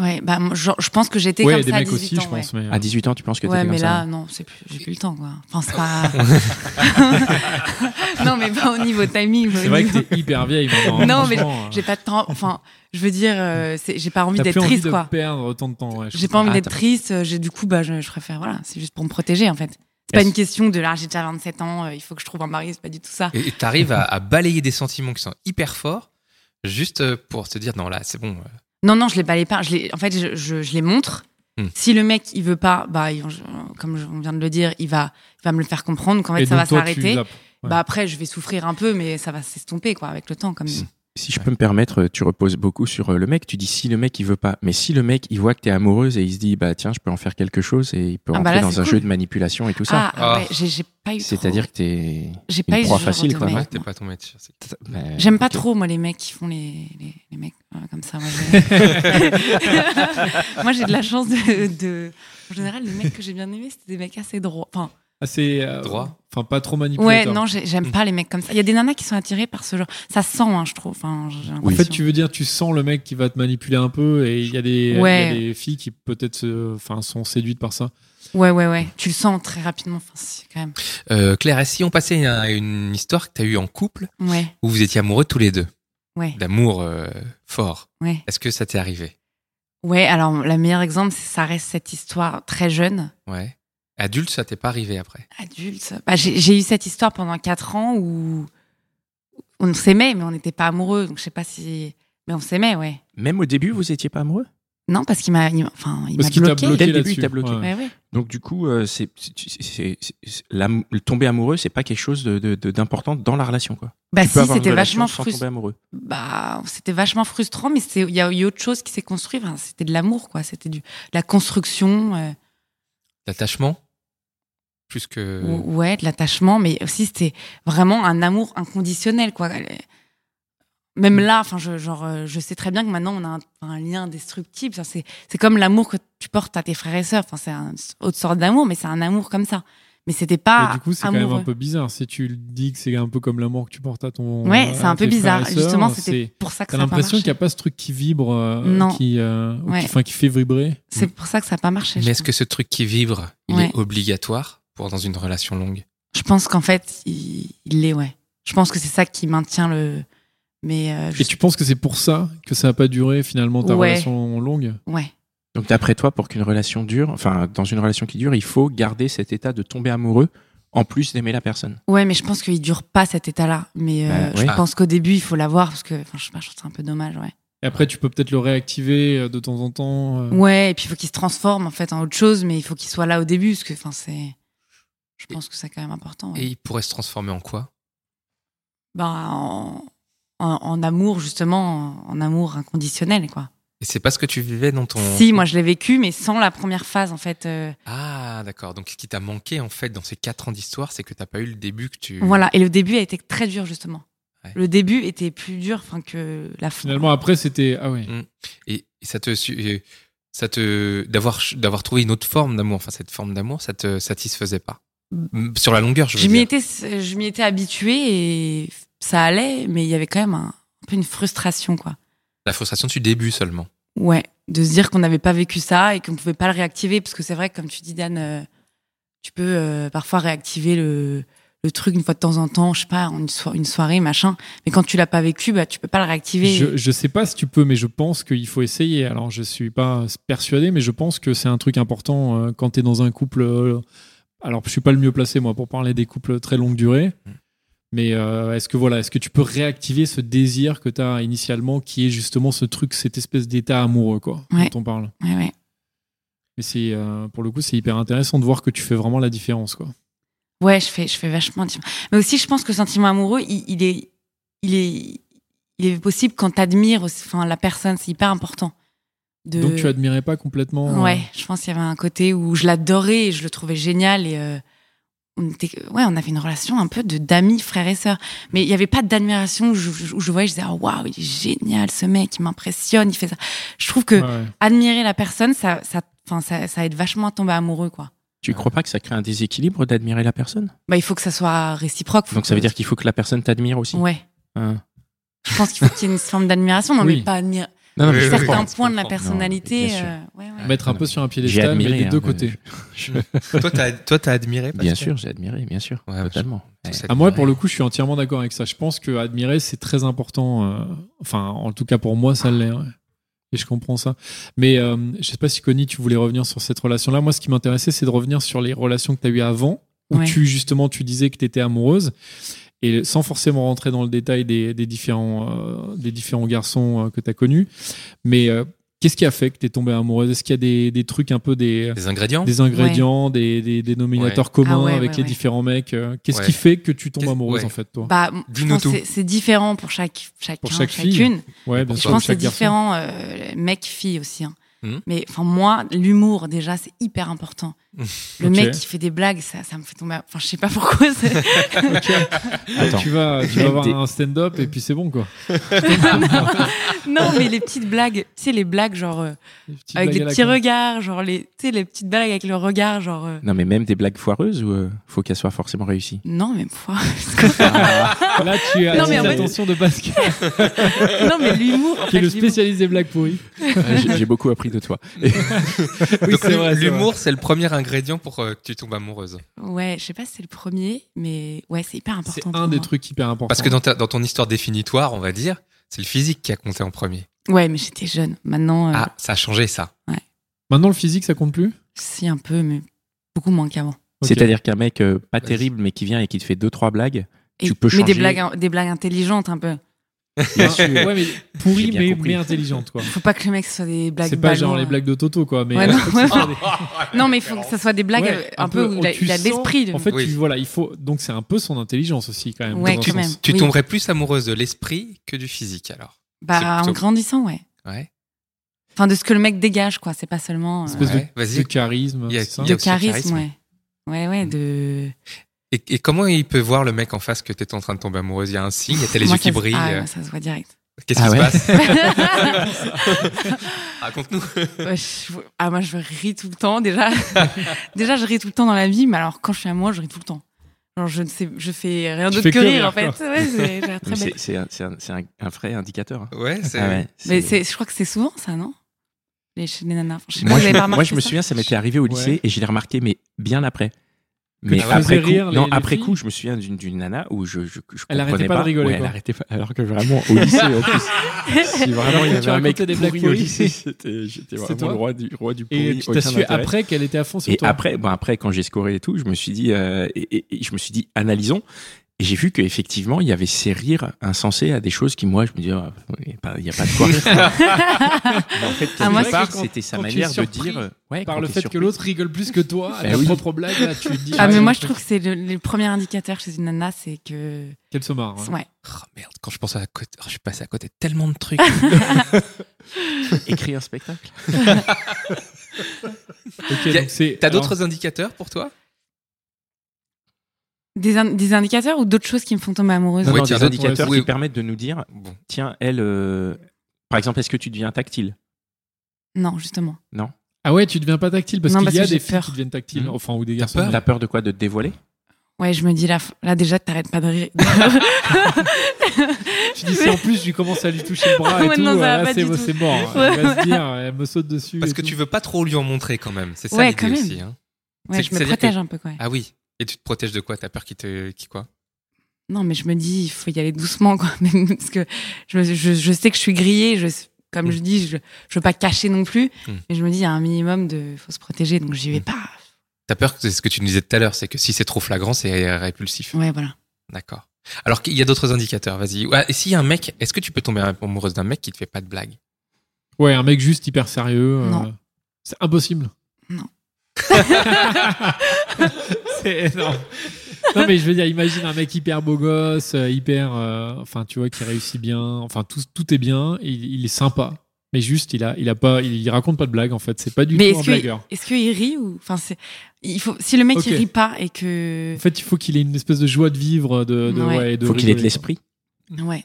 Ouais, bah moi, genre, je pense que j'étais
Ouais,
comme
et des
ça à
mecs
18
aussi,
ans.
je
ouais.
pense. Mais, euh,
À 18 ans, tu penses que t'étais
Ouais,
comme
mais
ça hein
là, non, c'est plus, j'ai plus le temps, quoi. Enfin, c'est pas. non, mais pas au niveau timing. mais
C'est
au
vrai que
niveau-
t'es hyper vieille maintenant. hein,
Non, mais
franchement,
j'ai
euh,
pas de temps. Enfin, je veux dire, euh, c'est- j'ai pas envie
t'as
d'être
plus envie
triste,
de
quoi.
perdre autant de temps. ouais, je
J'ai pas envie
comprends.
Ah,
d'être
t'as-
triste. euh, J'ai du coup, bah, je, je préfère. Voilà, c'est juste pour me protéger, en fait. C'est pas
Est-ce-
une question de là, j'ai déjà 27 ans, euh, il faut que je trouve un mari, c'est pas du tout ça.
Et et t'arrives à, à balayer des sentiments qui sont hyper forts, juste euh, pour te dire, non, là, c'est bon, euh,
Non, non, je les balaye pas. Je les, en fait, je, je, je les montre.
Hmm.
Si le mec il veut pas, bah, il- je- comme je- on vient de le dire, il va, il va me le faire comprendre. Donc en fait,
Et
ça
donc,
va
toi, tu
s'arrêter.
zappes. ouais.
Bah après, je vais souffrir un peu, mais ça va s'estomper quoi avec le temps. Comme
Si. Si je peux me permettre, euh, tu reposes beaucoup sur euh, le mec. Tu dis si le mec il veut pas, mais si le mec il voit que t'es amoureuse et il se dit bah tiens je peux en faire quelque chose et il peut
Ah, bah
rentrer
là,
dans
c'est
un
cool.
jeu de manipulation et tout ça.
ah,
Ah.
ouais, j'ai j'ai pas eu. trop-
C'est-à-dire que t'es
j'ai
une
pas eu ce
proie
genre
facile,
de
quoi.
mec,
Ouais,
non.
t'es pas tombé dessus. c'est-
Bah,
J'aime pas
ok.
trop, moi, les mecs qui font les, les, les mecs euh, comme ça. Moi, j'ai- Moi, j'ai de la chance de, de- En général, les mecs que j'ai bien aimés, c'était des mecs assez droits. Enfin,
Assez. euh,
Droit.
Enfin, pas trop
ouais,
manipulateur.
non, j'ai- j'aime pas les mecs comme ça. Il y a des nanas qui sont attirées par ce genre. Ça sent, hein, je trouve. Enfin, j'ai
En fait,
l'impression.
tu veux dire, tu sens le mec qui va te manipuler un peu et il y a des, il y a
Ouais.
des filles qui peut-être se- enfin, sont séduites par ça.
Ouais, ouais, ouais. Tu le sens très rapidement. Enfin, c'est quand même.
Euh, Claire, et si on passait à une histoire que t'as eue en couple
Ouais,
où vous étiez amoureux tous les deux,
ouais,
d'amour euh, fort,
ouais.
est-ce que ça t'est arrivé
Ouais, alors, le meilleur exemple, c'est- ça reste cette histoire très jeune.
Ouais. Adulte, ça t'est pas arrivé après.
Adulte. Bah, j'ai j'ai eu cette histoire pendant 4 ans où on s'aimait, mais on n'était pas amoureux. Donc, je sais pas si. Mais on s'aimait, ouais.
Même au début vous étiez pas amoureux.
Non, parce qu'il m'a. il- Enfin, il
Parce
m'a
qu'il t'a
bloqué.
bloqué
Dès le début,
là-dessus.
il t'a bloqué.
Ouais.
Ouais, ouais.
Donc du coup, euh, c'est c'est- c'est- c'est- c'est- l'am- le tomber amoureux, c'est pas quelque chose de- de- de- d'important dans la relation, quoi.
Bah,
Tu peux
si,
avoir une
c'était
relation
vachement
sans tomber
frustrant.
amoureux.
Bah, c'était vachement frustrant, mais c'est- il y a eu autre chose qui s'est construite. Enfin, c'était de l'amour, quoi. C'était du... de la construction. euh,
L'attachement Plus que.
ou- Ouais, de l'attachement, mais aussi c'était vraiment un amour inconditionnel, quoi. Elle- Même là, enfin, je, genre, euh, je sais très bien que maintenant on a un, un lien indestructible. Ça, C'est c'est comme l'amour que tu portes à tes frères et sœurs. Enfin, c'est une autre sorte d'amour, mais c'est un amour comme ça. Mais c'était pas
Mais du coup, c'est quand
amoureux.
même un peu bizarre. Si tu le dis que c'est un peu comme l'amour que tu portes à ton.
Ouais,
à
c'est un peu
tes frères
bizarre.
et sœurs,
Justement, c'était
c'est-
pour ça que
T'as
ça a pas
l'impression
marché.
qu'il n'y a pas ce truc qui vibre, euh,
Non.
qui, euh, ou qui-
Ouais.
enfin, qui fait vibrer.
C'est pour ça que ça n'a pas marché.
Mais
je
est-ce que ce truc qui vibre, il
Ouais.
est obligatoire pour dans une relation longue
Je pense qu'en fait, il il l'est, ouais. Je pense que c'est ça qui maintient le. Mais. euh, je-
Et tu penses que c'est pour ça que ça n'a pas duré finalement ta
Ouais.
relation longue
Ouais.
Donc d'après toi, pour qu'une relation dure, enfin dans une relation qui dure, il faut garder cet état de tomber amoureux en plus d'aimer la personne.
Ouais, mais je pense qu'il dure pas cet état-là. Mais euh,
Bah,
je
ouais.
pense qu'au début, il faut l'avoir parce que. Enfin, je sais pas, je trouve ça un peu dommage, ouais.
Et après, tu peux peut-être le réactiver euh, de temps en temps.
Mm.
euh.
Ouais, et puis il faut qu'il se transforme en fait en autre chose, mais il faut qu'il soit là au début parce que, enfin, c'est. Je pense que c'est quand même important. ouais.
Et il pourrait se transformer en quoi
Bah, en... en- en amour, justement, en amour inconditionnel, quoi.
Et c'est pas ce que tu vivais dans ton.
Si, moi, je l'ai vécu, mais sans la première phase, en fait. euh,
Ah, d'accord. Donc, ce qui t'a manqué, en fait, dans ces quatre ans d'histoire, c'est que t'as pas eu le début que tu.
Voilà, et le début a été très dur justement.
Ouais.
Le début était plus dur enfin, que la fin.
Finalement, après, c'était. Ah ouais.
Et, et ça te. su- et Ça te. D'avoir ch- d'avoir trouvé une autre forme d'amour, enfin, cette forme d'amour, ça te satisfaisait pas.
Mm.
M- Sur la longueur, je veux
je m'y
dire.
étais, je m'y étais habituée et ça allait, mais il y avait quand même un, un peu une frustration quoi.
La frustration du début seulement.
Ouais, de se dire qu'on n'avait pas vécu ça et qu'on pouvait pas le réactiver parce que c'est vrai que comme tu dis Dan, euh, tu peux euh, parfois réactiver le, le truc une fois de temps en temps, je sais pas, en une, so- une soirée machin, mais quand tu l'as pas vécu, bah tu peux pas le réactiver.
Je, je sais pas si tu peux, mais je pense qu'il faut essayer. Alors, je suis pas persuadé, mais je pense que c'est un truc important euh, quand tu es dans un couple. euh, alors, je suis pas le mieux placé, moi, pour parler des couples très longue durée.
Mm.
Mais euh, est-ce que voilà, est-ce que tu peux réactiver ce désir que tu as initialement, qui est justement ce truc, cette espèce d'état amoureux, quoi,
Ouais.
dont on parle.
Ouais, ouais.
Mais c'est euh, pour le coup, c'est hyper intéressant de voir que tu fais vraiment la différence, quoi.
Ouais, je fais, je fais vachement. de- Mais aussi, je pense que le sentiment amoureux, il, il est, il est, il est possible quand t'admires, aussi- enfin, la personne, c'est hyper important. De...
Donc, tu admirais pas complètement. euh,
Ouais, je pense qu'il y avait un côté où je l'adorais, et je le trouvais génial et euh, on était, ouais, on avait une relation un peu de d'amis, frères et sœurs. Mais il n'y avait pas d'admiration où je, où je voyais, je disais, Ah, waouh, il est génial, ce mec, il m'impressionne, il fait ça. Je trouve que
ouais, euh, ouais.
admirer la personne, ça, ça, enfin, ça, ça aide vachement à tomber amoureux, quoi.
Tu crois pas que ça crée un déséquilibre d'admirer la personne
Bah, il faut que ça soit réciproque. faut
Donc ça veut
que-
dire qu'il faut que la personne t'admire aussi.
Ouais.
Hein.
Je pense qu'il faut qu'il y ait une forme d'admiration, non
Oui.
mais pas admirer
Non, non,
Oui,
mais je
oui,
certains
comprends.
oui.
points de la
Non, bien
personnalité.
sûr.
euh, ouais, ouais.
Mettre un peu sur un piédestal,
admiré,
mais des
hein,
deux
mais
côtés.
toi, t'as toi, t'as admiré
Bien
Pascal
sûr, j'ai admiré, bien sûr,
Ouais,
totalement.
Tout ça
Ah, moi,
admiré.
pour le coup, je suis entièrement d'accord avec ça. Je pense que admirer, c'est très important. euh, enfin, en tout cas, pour moi, ça l'est. ouais. Et je comprends ça. Mais euh, je sais pas si, Connie, tu voulais revenir sur cette relation-là. Moi, ce qui m'intéressait, c'est de revenir sur les relations que tu as eues avant, où
Ouais.
tu, justement, tu disais que tu étais amoureuse. Et sans forcément rentrer dans le détail des, des différents, euh, des différents garçons euh, que tu as connus, mais euh, qu'est-ce qui a fait que tu es tombée amoureuse Est-ce qu'il y a des, des trucs un peu des,
Des ingrédients
des ingrédients, des, des dénominateurs communs
Ah ouais,
avec
ouais,
les
ouais.
différents mecs euh, Qu'est-ce
Ouais.
qui fait que tu tombes
Qu'est-ce-
amoureuse
ouais.
en fait, toi
Bah, je
Dis-nous
pense que
tout.
c'est- c'est différent pour chaque, chacun,
Pour chaque fille.
chacune.
Ouais, bien
pour
Je
sûr,
toi,
pense que c'est
chaque garçon. Hmm.
différent, euh, mec-fille aussi. hein.
Mhm.
Mais enfin, moi, l'humour, déjà, c'est hyper important. Le
Hmm. Ok.
mec qui fait des blagues, ça, ça me fait tomber. à- Enfin, je sais pas pourquoi. c'est-
Attends.
Tu vas, tu vas voir
Des-
un stand-up et puis c'est bon quoi.
non, mais les petites blagues, tu sais, les blagues, genre, euh,
Des petites
avec
blagues
des
à la
petits
con.
regards, genre, les, tu sais, les petites blagues avec le regard, genre. euh,
Non, mais même des blagues foireuses ou euh, faut qu'elles soient forcément réussies
Non, mais fois.
Là, tu as
Non, mais en fait-
l'attention de Pascal,
non, mais l'humour. en
qui
fait,
est le
l'humour-
spécialiste des blagues pourries.
Euh, J'ai j'ai beaucoup appris de toi.
Oui,
Donc,
c'est vrai, c'est vrai.
L'humour, c'est le premier ingrédient pour euh, que tu tombes amoureuse.
Ouais, je sais pas si c'est le premier, mais ouais, c'est hyper important.
C'est
pour
un des
moi.
trucs hyper importants.
Parce que dans, ta- dans ton histoire définitoire, on va dire, c'est le physique qui a compté en premier.
Ouais, mais j'étais jeune. Maintenant, euh,
Ah, ça a changé ça.
Maintenant, le physique, ça compte plus
si un peu, mais beaucoup moins qu'avant.
Ok.
C'est-à-dire qu'un mec euh, pas
Vas-y.
terrible mais qui vient et qui te fait deux trois blagues,
Et-
Tu peux
Mais
changer.
des blagues, des blagues intelligentes un peu.
bien sûr.
Ouais, mais
J'ai
pourrie,
bien
mais,
compris.
mais intelligente quoi.
Faut pas que les mecs soient des blagues.
C'est pas
ballons,
genre
euh.
les blagues de Toto quoi. Mais
Ouais, non,
faut que ce
ouais.
soit des-
Non, mais il faut que ça soit des blagues
Ouais, oh,
euh, un, peu, où il a,
tu
il a de
sens-
l'esprit. de-
En fait,
Oui.
tu- voilà, il faut. Donc, c'est un peu son intelligence aussi quand même.
Ouais,
dans un
quand
sens.
même.
Tu
Oui.
tomberais plus amoureuse de l'esprit que du physique alors.
bah,
c'est
en
plutôt-
grandissant, ouais.
Ouais.
Enfin, de ce que le mec dégage, quoi. C'est pas seulement. euh,
Espèce de-
Ouais, Vas-y.
de charisme.
Il y a-
c'est ça
il y
de
a aussi le
charisme,
charisme.
ouais. Ouais, ouais, de.
Et, et comment il peut voir le mec en face que t'es en train de tomber amoureuse Il y a un signe, t'as les
Moi,
yeux qui
ça se-
brillent.
Ah,
euh,
ouais, ça se voit direct.
Qu'est-ce
Ah
qui
ouais.
se passe Raconte-nous.
Ouais, je- Ah, moi, je ris tout le temps, déjà. déjà, je ris tout le temps dans la vie, mais alors, quand je suis à moi, je ris tout le temps. Genre, je ne sais, je fais rien
Tu
d'autre
fais
que,
que
rire,
rire,
en fait. Ouais, c'est j'ai l'air très
Mais c'est-
bête.
C'est un, c'est un- c'est un- un vrai indicateur. hein.
Ouais, c'est.
Ah ouais,
Mais
c'est-
c'est- je crois que c'est souvent ça, non? Les, chez les nanas. Enfin, je sais pas,
Moi,
vous avez
je,
pas
me- moi,
remarqué
je me
ça
souviens, ça m'était arrivé au lycée
Ouais.
et je l'ai remarqué, mais bien après. Mais
tu faisais
après coup,
rire les-
non,
les
après
filles
coup, je me souviens d'une d'une nana où je, je, je
Elle arrêtait
comprenais
pas de rigoler,
Ouais,
quoi.
elle arrêtait pas. Alors que vraiment au lycée, en plus, si
Alors
vraiment
que
il y avait
tu
un mec
racontais des blagues
pourri au
pourries.
lycée, c'était- j'étais
C'est
vraiment
toi
le roi du roi du pourri.
Et tu
aucun
t'as su
intérêt.
après qu'elle était à fond sur
Et
toi.
après, bon, après, quand j'ai scoré et tout, je me suis dit, euh, et, et- et je me suis dit, analysons. Et j'ai vu qu'effectivement, il y avait ces rires insensés à des choses qui, moi, je me disais, Ah, il n'y a, pas- il y a pas de quoi rire. Mais en fait,
Ah, moi,
quelque part,
c'est quand-
c'était sa
quand tu es
manière de
surpris
dire, euh, ouais,
par
quand
le
t'es
fait que
surpris.
l'autre rigole plus que toi, à
Bah
ta
oui.
propre blague, là, tu te dis.
Ah, mais
ouais,
moi, je trouve que c'est le, le premier indicateur chez une nana, c'est que.
Qu'elle se marre. hein.
Ouais.
Oh, merde, quand je pense à côté, oh, je suis passé à côté de tellement de trucs.
écrit un spectacle.
Ok,
Y a-
donc c'est-
T'as
alors,
d'autres indicateurs pour toi
Des, in- des indicateurs ou d'autres choses qui me font tomber amoureuse
Non,
Ouais,
non,
tiens,
des
d'autres,
indicateurs
ouais,
qui
oui.
permettent de nous dire,
Bon.
tiens, elle, euh, par exemple, est-ce que tu deviens tactile
Non, justement.
Ah ouais, tu deviens pas tactile parce
Non,
qu'il
parce
y a
que j'ai
des filles
peur.
qui deviennent tactiles,
Mhm.
enfin ou des garçons.
peur
T'as peur de quoi De te dévoiler
Ouais, je me dis là, f- là déjà, t'arrêtes pas de rire.
Je dis si en plus je commence à lui toucher le bras et
Ouais,
tout,
non, ça va
là,
pas
c'est
du tout.
c'est mort.
Ouais,
Elle va se dire, elle me saute dessus.
Parce
et
que
tout.
tu veux pas trop lui en montrer quand même. C'est ça
Ouais,
l'idée
quand même.
aussi. hein.
Ouais,
C'est-
je me
c'est-à-dire
protège
que-
un peu quand même.
Ah oui. Et tu te protèges de quoi T'as peur qu'il te. Qui quoi
Non, mais je me dis, il faut y aller doucement, quoi. même parce que je, je, je sais que je suis grillée. Je, comme
Mm.
je dis, je, je veux pas cacher non plus.
Mm.
Mais je me dis, il y a un minimum de, faut se protéger, donc j'y vais
Mm.
pas.
T'as peur que c'est ce que tu nous disais tout à l'heure, c'est que si c'est trop flagrant, c'est répulsif.
Ouais, voilà.
D'accord. Alors qu'il y a d'autres indicateurs, vas-y. Ouais, et s'il y a un mec, est-ce que tu peux tomber amoureuse d'un mec qui te fait pas de blagues
Ouais, un mec juste hyper sérieux. euh,
Non.
C'est impossible.
Non.
c'est énorme. Non, mais je veux dire, imagine un mec hyper beau gosse, euh, hyper. euh, enfin, tu vois, qui réussit bien. Enfin, tout, tout est bien. Il, il est sympa. Mais juste, il, a, il, a pas, il, raconte pas de blagues, en fait. C'est pas du
Mais
tout un
est-ce que,
blagueur.
est-ce qu'il rit ou, enfin, c'est, il faut, si le mec il
Ok.
rit pas et que,
En fait, il faut qu'il ait une espèce de joie de vivre. De, de,
Ouais.
ouais, et de
Faut qu'il ait de
rigoler,
l'esprit.
ouais.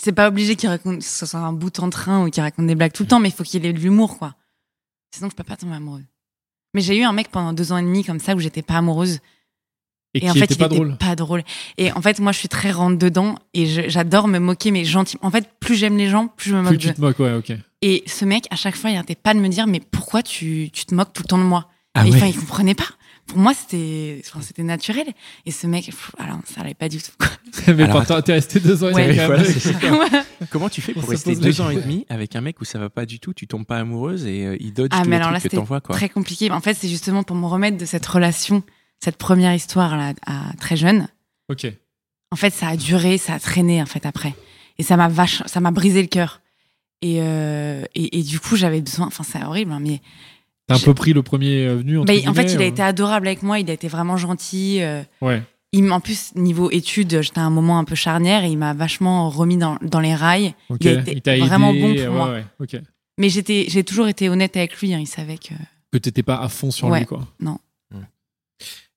C'est pas obligé qu'il raconte, que ce soit un bout en train ou qu'il raconte des blagues tout le temps, mais il faut qu'il ait de l'humour, quoi. Sinon, je peux pas tomber amoureuse. Mais j'ai eu un mec pendant deux ans et demi comme ça où j'étais pas amoureuse.
Et,
Et,
qui
en fait,
était
il
pas
était
drôle.
pas drôle. Et en fait, moi, je suis très rentre dedans et je- j'adore me moquer, mais gentiment. En fait, plus j'aime les gens, plus je me moque
Plus tu
d'eux.
te moques, ouais, ok.
Et ce mec, à chaque fois, il arrêtait pas de me dire, mais pourquoi tu, tu te moques tout le temps de moi
Ah
Et
ouais.
enfin, il comprenait pas. Pour moi, c'était, enfin, c'était naturel. Et ce mec, pff, alors, ça allait pas du tout. quoi.
Mais
Alors,
pourtant, t'es resté deux ans et
Ouais.
demi.
Mais
quand
voilà,
même.
c'est ça.
Ouais.
Comment tu fais
On
pour
se
rester
pose la
deux ans et
question.
demi avec un mec où ça va pas du tout, tu tombes pas amoureuse et euh, il dodge
Ah,
tous les
mais alors
trucs
là,
que
c'était
t'envoies quoi.
Très compliqué. En fait, c'est justement pour me remettre de cette relation, cette première histoire là, à très jeune.
Ok.
en fait, ça a duré, ça a traîné en fait après, et ça m'a vache, ça m'a brisé le cœur. Et, euh, et, et du coup, j'avais besoin. Enfin, c'est horrible, hein, mais
T'as un
Je-
peu pris le premier euh, venu. entre
Bah, en fait, il
guillemets,
a
euh,
été adorable avec moi. Il a été vraiment gentil. euh,
Ouais.
il m- en plus, niveau études, j'étais à un moment un peu charnière et il m'a vachement remis dans, dans les rails.
ok.
Il a été
t'a
vraiment
aidé,
bon pour
ouais,
moi.
ouais, ok.
Mais j'étais, j'ai toujours été honnête avec lui. hein, il savait que.
Que t'étais pas à fond sur
Ouais.
lui, quoi.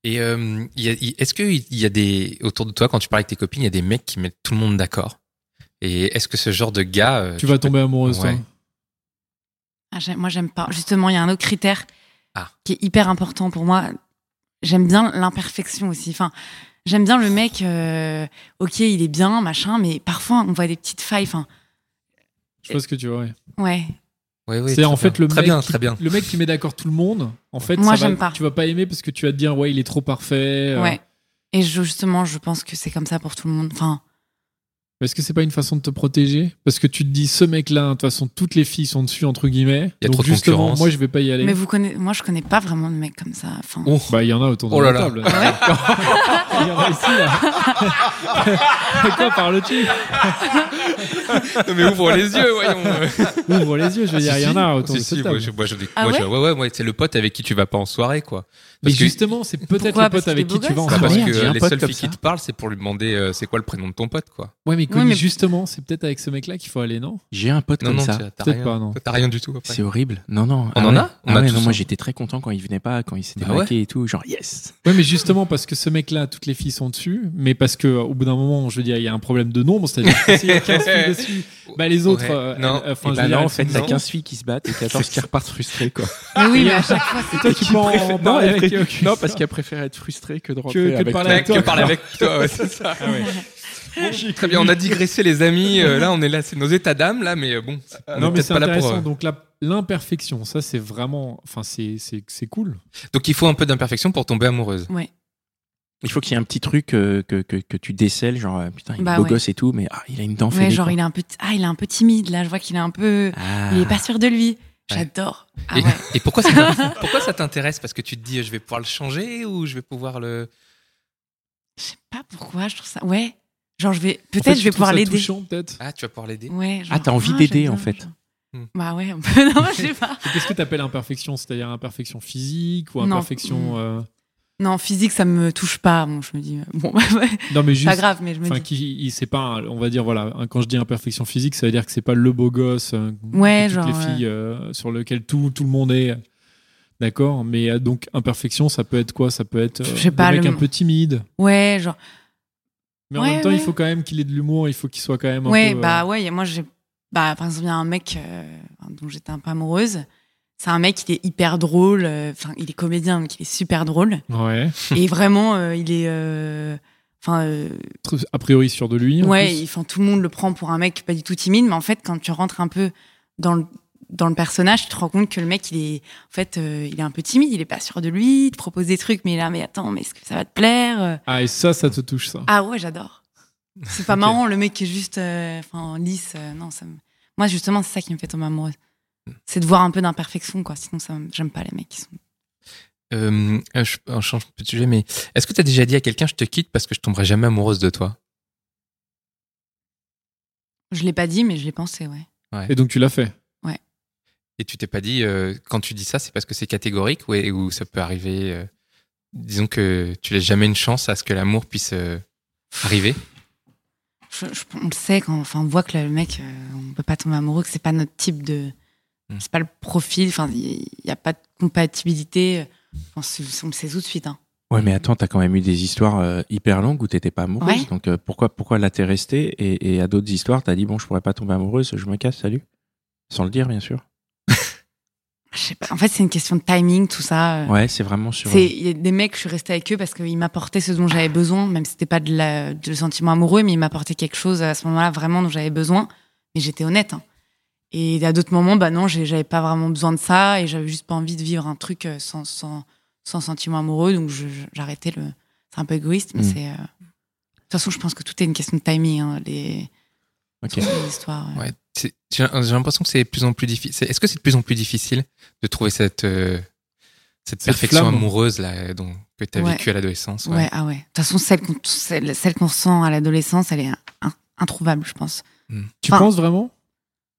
Et euh, il y a- il- est-ce qu'il y a des. Autour de toi, quand tu parles avec tes copines, il y a des mecs qui mettent tout le monde d'accord Et est-ce que ce genre de gars. euh,
Tu vas tomber amoureuse,
Ouais.
toi.
Ah, j'aime- moi, j'aime pas. Justement, il y a un autre critère
Ah.
qui est hyper important pour moi. J'aime bien l'imperfection aussi. Enfin, j'aime bien le mec. euh, ok, il est bien, machin, mais parfois on voit des petites failles. Enfin,
Je pense que tu vois. ouais.
ouais.
Ouais, ouais,
c'est
très
en fait
bien.
le
Très
mec
bien,
qui,
très bien.
le mec qui met d'accord tout le monde. En fait,
Moi,
ça va-
j'aime pas.
Tu vas pas aimer parce que tu vas te dire ouais, il est trop parfait. euh,
Ouais. Et je- justement, je pense que c'est comme ça pour tout le monde. Enfin,
mais Est-ce que c'est pas une façon de te protéger Parce que tu te dis ce mec-là, de toute façon, toutes les filles sont dessus entre guillemets.
Il y a
donc
trop de
justement,
concurrence.
moi, je vais pas y aller.
mais vous connaissez, moi, je connais pas vraiment de mec comme ça. Enfin,
Oh, bah il y en a autour de
Oh là
la
là.
table.
Ah
il y en a ici là. De quoi parles-tu
Non, mais ouvre les yeux, voyons. euh.
Ouvre les yeux, je veux dire, il y en a autour
Si,
de
si,
cette
moi,
table.
je- moi, je dis-
Ah
moi,
ouais
je- ouais, ouais, ouais, c'est le pote avec qui tu vas pas en soirée, quoi.
Mais
Parce que-
justement, c'est peut-être
Pourquoi
le
Parce
pote
qu'il
avec
est
qui
beau
tu vas en
gosse Ah,
Bah, parce
soirée.
merde, il y a
que
un
les
pote
seules
comme
filles
ça.
qui te parlent, c'est pour lui demander euh, c'est quoi le prénom de ton pote, quoi.
Ouais, mais,
Oui,
Connie,
mais-
justement, c'est peut-être avec ce mec-là qu'il faut aller, non
J'ai un pote
Non,
comme
non,
ça.
t'as t'as
Peut-être
rien.
pas, non.
T'as rien du tout après.
C'est horrible. Non, non.
On en a On
ah
a
ouais,
tous
non,
ça.
moi j'étais très content quand il venait pas, quand il s'était
Bah ouais.
maqué et tout. Genre, yes
Ouais, mais justement, parce que ce mec-là, toutes les filles sont dessus, mais parce que euh, au bout d'un moment, je veux dire, il y a un problème de nombre, c'est-à-dire que s'il y a 15 filles dessus, bah les autres.
Ouais.
euh,
Non.
elles- euh, enfin,
Et
je
bah
veux
là,
dire,
en
elles
fait,
sont
t'as
dedans.
15 filles qui se battent et 14 qui repartent frustrées, quoi.
mais oui, mais à chaque fois, c'est-
Et toi, tu peux en parler avec aucune
Non, parce qu'elle préfère être frustrée que de
que
rentrer
de
avec
parler
toi.
avec toi.
que parler avec toi, ouais, c'est ça.
Ah ouais.
Très bien, on a digressé les amis. euh, là, on est là, c'est nos états d'âme là, mais euh, bon, on
Non,
est
mais
peut-être
c'est
pas là pour.
intéressant.
euh,
Donc, la- l'imperfection, ça, c'est vraiment. Enfin, c'est- c'est c'est cool.
Donc, il faut un peu d'imperfection pour tomber amoureuse.
ouais.
Il faut qu'il y ait un petit truc euh, que, que, que tu décèles, genre euh, putain, il est
Bah
beau
ouais.
gosse et tout, mais ah, il a une dent
Ouais,
fêlée,
genre
quoi.
il est un peu, ah, il est un peu timide là. Je vois qu'il est un peu,
Ah.
il est pas sûr de lui.
Ouais.
J'adore. Ah
et,
ouais.
et pourquoi ça t'intéresse- pourquoi ça t'intéresse Parce que tu te dis, euh, je vais pouvoir le changer ou je vais pouvoir le.
Je sais pas pourquoi. Je trouve ça. Ouais. Genre je vais,
En
peut-être
fait, tu
je vais
trouves
pouvoir
ça
l'aider.
touchant, peut-être.
Ah, tu vas pouvoir l'aider.
Ouais.
Ah, t'as envie
j'aime
d'aider,
bien,
en fait.
genre.
Hmm.
Bah ouais. Un peu. Non, je sais pas.
Et Qu'est-ce que t'appelles imperfection C'est-à-dire imperfection physique ou
Non.
imperfection. euh,
Non, physique, ça me touche pas. Bon, je me dis, euh, bon, bah, ouais,
Non,
pas
mais juste.
grave, mais je me
Enfin,
dis.
qui, il- c'est pas, un- on va dire, voilà, un- quand je dis imperfection physique, ça veut dire que c'est pas le beau gosse, euh,
Ouais,
que toutes
genre,
les filles euh, sur lequel tout, tout le monde est, d'accord. Mais euh, donc imperfection, ça peut être quoi Ça peut être euh,
Je sais
le
pas,
mec
le-
un peu timide,
Ouais, genre.
mais en
Ouais,
même temps,
ouais.
il faut quand même qu'il ait de l'humour, il faut qu'il soit quand même. Un
Ouais,
peu, euh,
bah ouais, y a- moi j'ai. Bah, par exemple, il y a un mec euh, dont j'étais un peu amoureuse. C'est un mec, il est hyper drôle. euh, Enfin, il est comédien, donc il est super drôle.
euh, ouais.
Et vraiment, euh, il est. euh, Enfin, euh,
Tr- A priori sûr de lui. en
ouais,
plus.
il- enfin, tout le monde le prend pour un mec pas du tout timide, mais en fait, quand tu rentres un peu dans le dans le personnage, tu te rends compte que le mec, il est en fait, euh, il est un peu timide, il est pas sûr de lui, il te propose des trucs, mais il est là, mais attends, mais est-ce que ça va te plaire euh?
Ah et ça, ça te touche ça.
Ah ouais, j'adore. C'est pas marrant, le mec qui est juste, euh, enfin, lisse. euh, non, ça me- moi justement, c'est ça qui me fait tomber amoureuse.
Hmm.
C'est de voir un peu d'imperfection, quoi. Sinon, ça, me- j'aime pas les mecs qui sont.
Euh, euh, je, on change un peu de sujet, mais est-ce que tu as déjà dit à quelqu'un, je te quitte parce que je tomberai jamais amoureuse de toi
Je l'ai pas dit, mais je l'ai pensé, ouais.
Et donc tu l'as fait.
Et tu t'es pas dit, euh, quand tu dis ça, c'est parce que c'est catégorique ou, ou ça peut arriver euh, Disons que tu laisses jamais une chance à ce que l'amour puisse euh, arriver.
Je- je- on le sait quand, enfin, on voit que le mec, euh, on peut pas tomber amoureux, que c'est pas notre type de,
Mm.
c'est pas le profil. Enfin, il y, a pas de compatibilité. Je pense que on le sait tout de suite. Hein.
Ouais, mais attends, t'as quand même eu des histoires euh, hyper longues où t'étais pas amoureuse.
Ouais.
Donc euh, pourquoi, pourquoi là t'es restée et, et à d'autres histoires t'as dit bon, je pourrais pas tomber amoureuse, je me casse, salut. Sans le dire, bien sûr.
Je sais pas. En fait, c'est une question de timing, tout ça. euh.
Ouais, c'est vraiment sur.
C'est il y a des mecs, je suis restée avec eux parce qu'ils m'apportaient ce dont j'avais besoin, même si c'était pas de la, du sentiment amoureux, mais ils m'apportaient quelque chose à ce moment-là vraiment dont j'avais besoin. Mais j'étais honnête. hein. Et à d'autres moments, bah non, j'ai- j'avais pas vraiment besoin de ça et j'avais juste pas envie de vivre un truc euh, sans, sans, sans sentiment amoureux, donc je- je- j'arrêtais le. C'est un peu égoïste, mais
Mm.
c'est. euh, De toute façon, je pense que tout est une question de timing, hein, les,
Ok.
les histoires. euh.
Ouais. C'est- J'ai j'ai l'impression que c'est de plus en plus difficile. Est-ce que c'est de plus en plus difficile de trouver cette, euh, cette
Cette
perfection
flamme.
amoureuse là, dont, que tu as
Ouais.
vécue à l'adolescence.
Ouais, ah ouais. De toute façon, celle qu'on celle, celle qu'on ressent à l'adolescence, elle est in- introuvable, je pense.
Tu
Enfin-
penses vraiment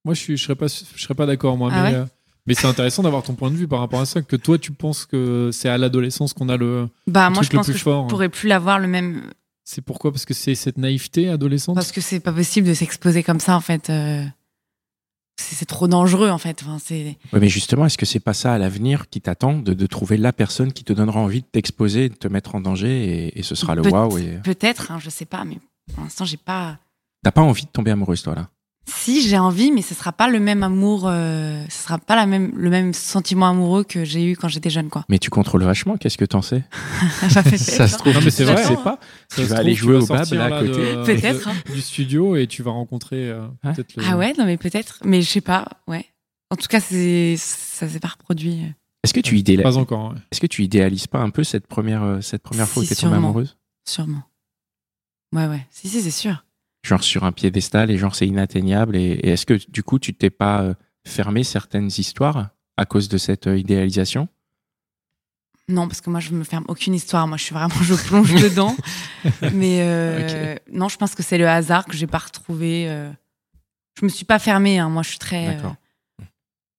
Moi, je suis, je serais pas, je serais pas d'accord, moi.
Ah
mais
ouais
euh, mais c'est intéressant d'avoir ton point de vue par rapport à ça. Que toi, tu penses que c'est à l'adolescence qu'on a le,
Bah, moi,
truc
je pense
le
que
plus
je
fort. hein.
pourrais plus l'avoir le même.
C'est pourquoi Parce que c'est cette naïveté adolescente.
Parce que c'est pas possible de s'exposer comme ça, en fait. euh, C'est c'est trop dangereux, en fait. Enfin, c'est.
Ouais, mais justement, est-ce que c'est pas ça à l'avenir qui t'attend de, de trouver la personne qui te donnera envie de t'exposer, de te mettre en danger et, et ce sera le
Peut-
waouh et euh,
Peut-être, hein, je sais pas, mais pour l'instant, j'ai pas.
t'as pas envie de tomber amoureuse toi là.
Si j'ai envie, mais ce sera pas le même amour, euh, ce sera pas la même, le même sentiment amoureux que j'ai eu quand j'étais jeune, quoi. hein.
Mais tu contrôles vachement, qu'est-ce que t'en sais
Ça se trouve,
Non, mais c'est
Tu
vrai.
sais pas. Tu
Ça se
vas
trouve,
aller jouer
vas
au bab
sortir,
là à
de-
côté.
de-
Peut-être. hein.
du studio et tu vas rencontrer euh,
Ouais.
peut-être le-
Ah ouais, non mais peut-être, mais je sais pas, ouais. En tout cas, c'est ça s'est pas reproduit. euh,
Est-ce que tu idéalises
Pas encore. hein. ouais.
Est-ce que tu idéalises pas un peu cette première euh, cette première fois où
Si,
t'es tombée
sûrement.
amoureuse
Sûrement. Ouais, ouais. Si, si, c'est sûr.
Genre sur un piédestal et genre c'est inatteignable et, et est-ce que du coup tu t'es pas euh, fermé certaines histoires à cause de cette euh, idéalisation
Non, parce que moi, je me ferme aucune histoire. Moi, je suis vraiment, je plonge dedans. Mais euh, non, je pense que c'est le hasard que j'ai pas retrouvé. euh. Je me suis pas fermée. hein. Moi, je suis très.
D'accord.
euh,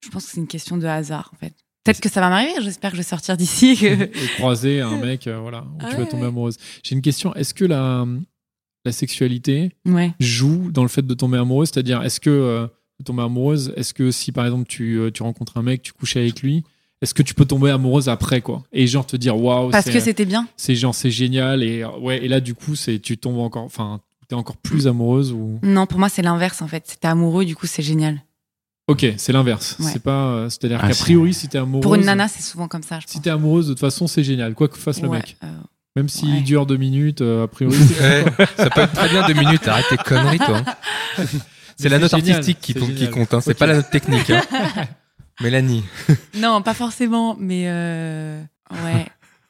Je pense que c'est une question de hasard, en fait. Peut-être que ça va m'arriver. J'espère que je vais sortir d'ici. et que-
Et croiser un mec, euh, voilà, où
Ah
tu
ouais,
vas tomber
ouais.
amoureuse. J'ai une question. Est-ce que la, la sexualité
Ouais.
joue dans le fait de tomber amoureuse C'est-à-dire, est-ce que euh, de tomber amoureuse, est-ce que si par exemple tu, euh, tu rencontres un mec, tu couches avec lui, est-ce que tu peux tomber amoureuse après quoi Et genre te dire waouh,
Parce
c'est- euh,
que c'était bien.
c'est genre c'est génial et euh, ouais et là du coup c'est tu tombes encore, enfin t'es encore plus amoureuse ou
Non, pour moi, c'est l'inverse, en fait. C'était amoureux, du coup, c'est génial.
Ok, c'est l'inverse.
Ouais.
C'est pas, euh, c'est-à-dire
Ah,
qu'a
c'est-
priori si t'es amoureuse,
Pour une nana, c'est souvent comme ça, je pense.
si t'es amoureuse de toute façon c'est génial, quoi que fasse le
Ouais,
mec,
euh,
même s'il
Ouais.
dure deux minutes, euh, a priori. c'est-
Ouais, ça peut être très bien deux minutes. Arrête tes conneries, toi. hein. C'est la
c'est
note
génial,
artistique qui,
c'est
compte- qui
génial.
compte. hein. C'est
Ok.
pas la note technique. hein. Mélanie.
Non, pas forcément, mais euh, ouais.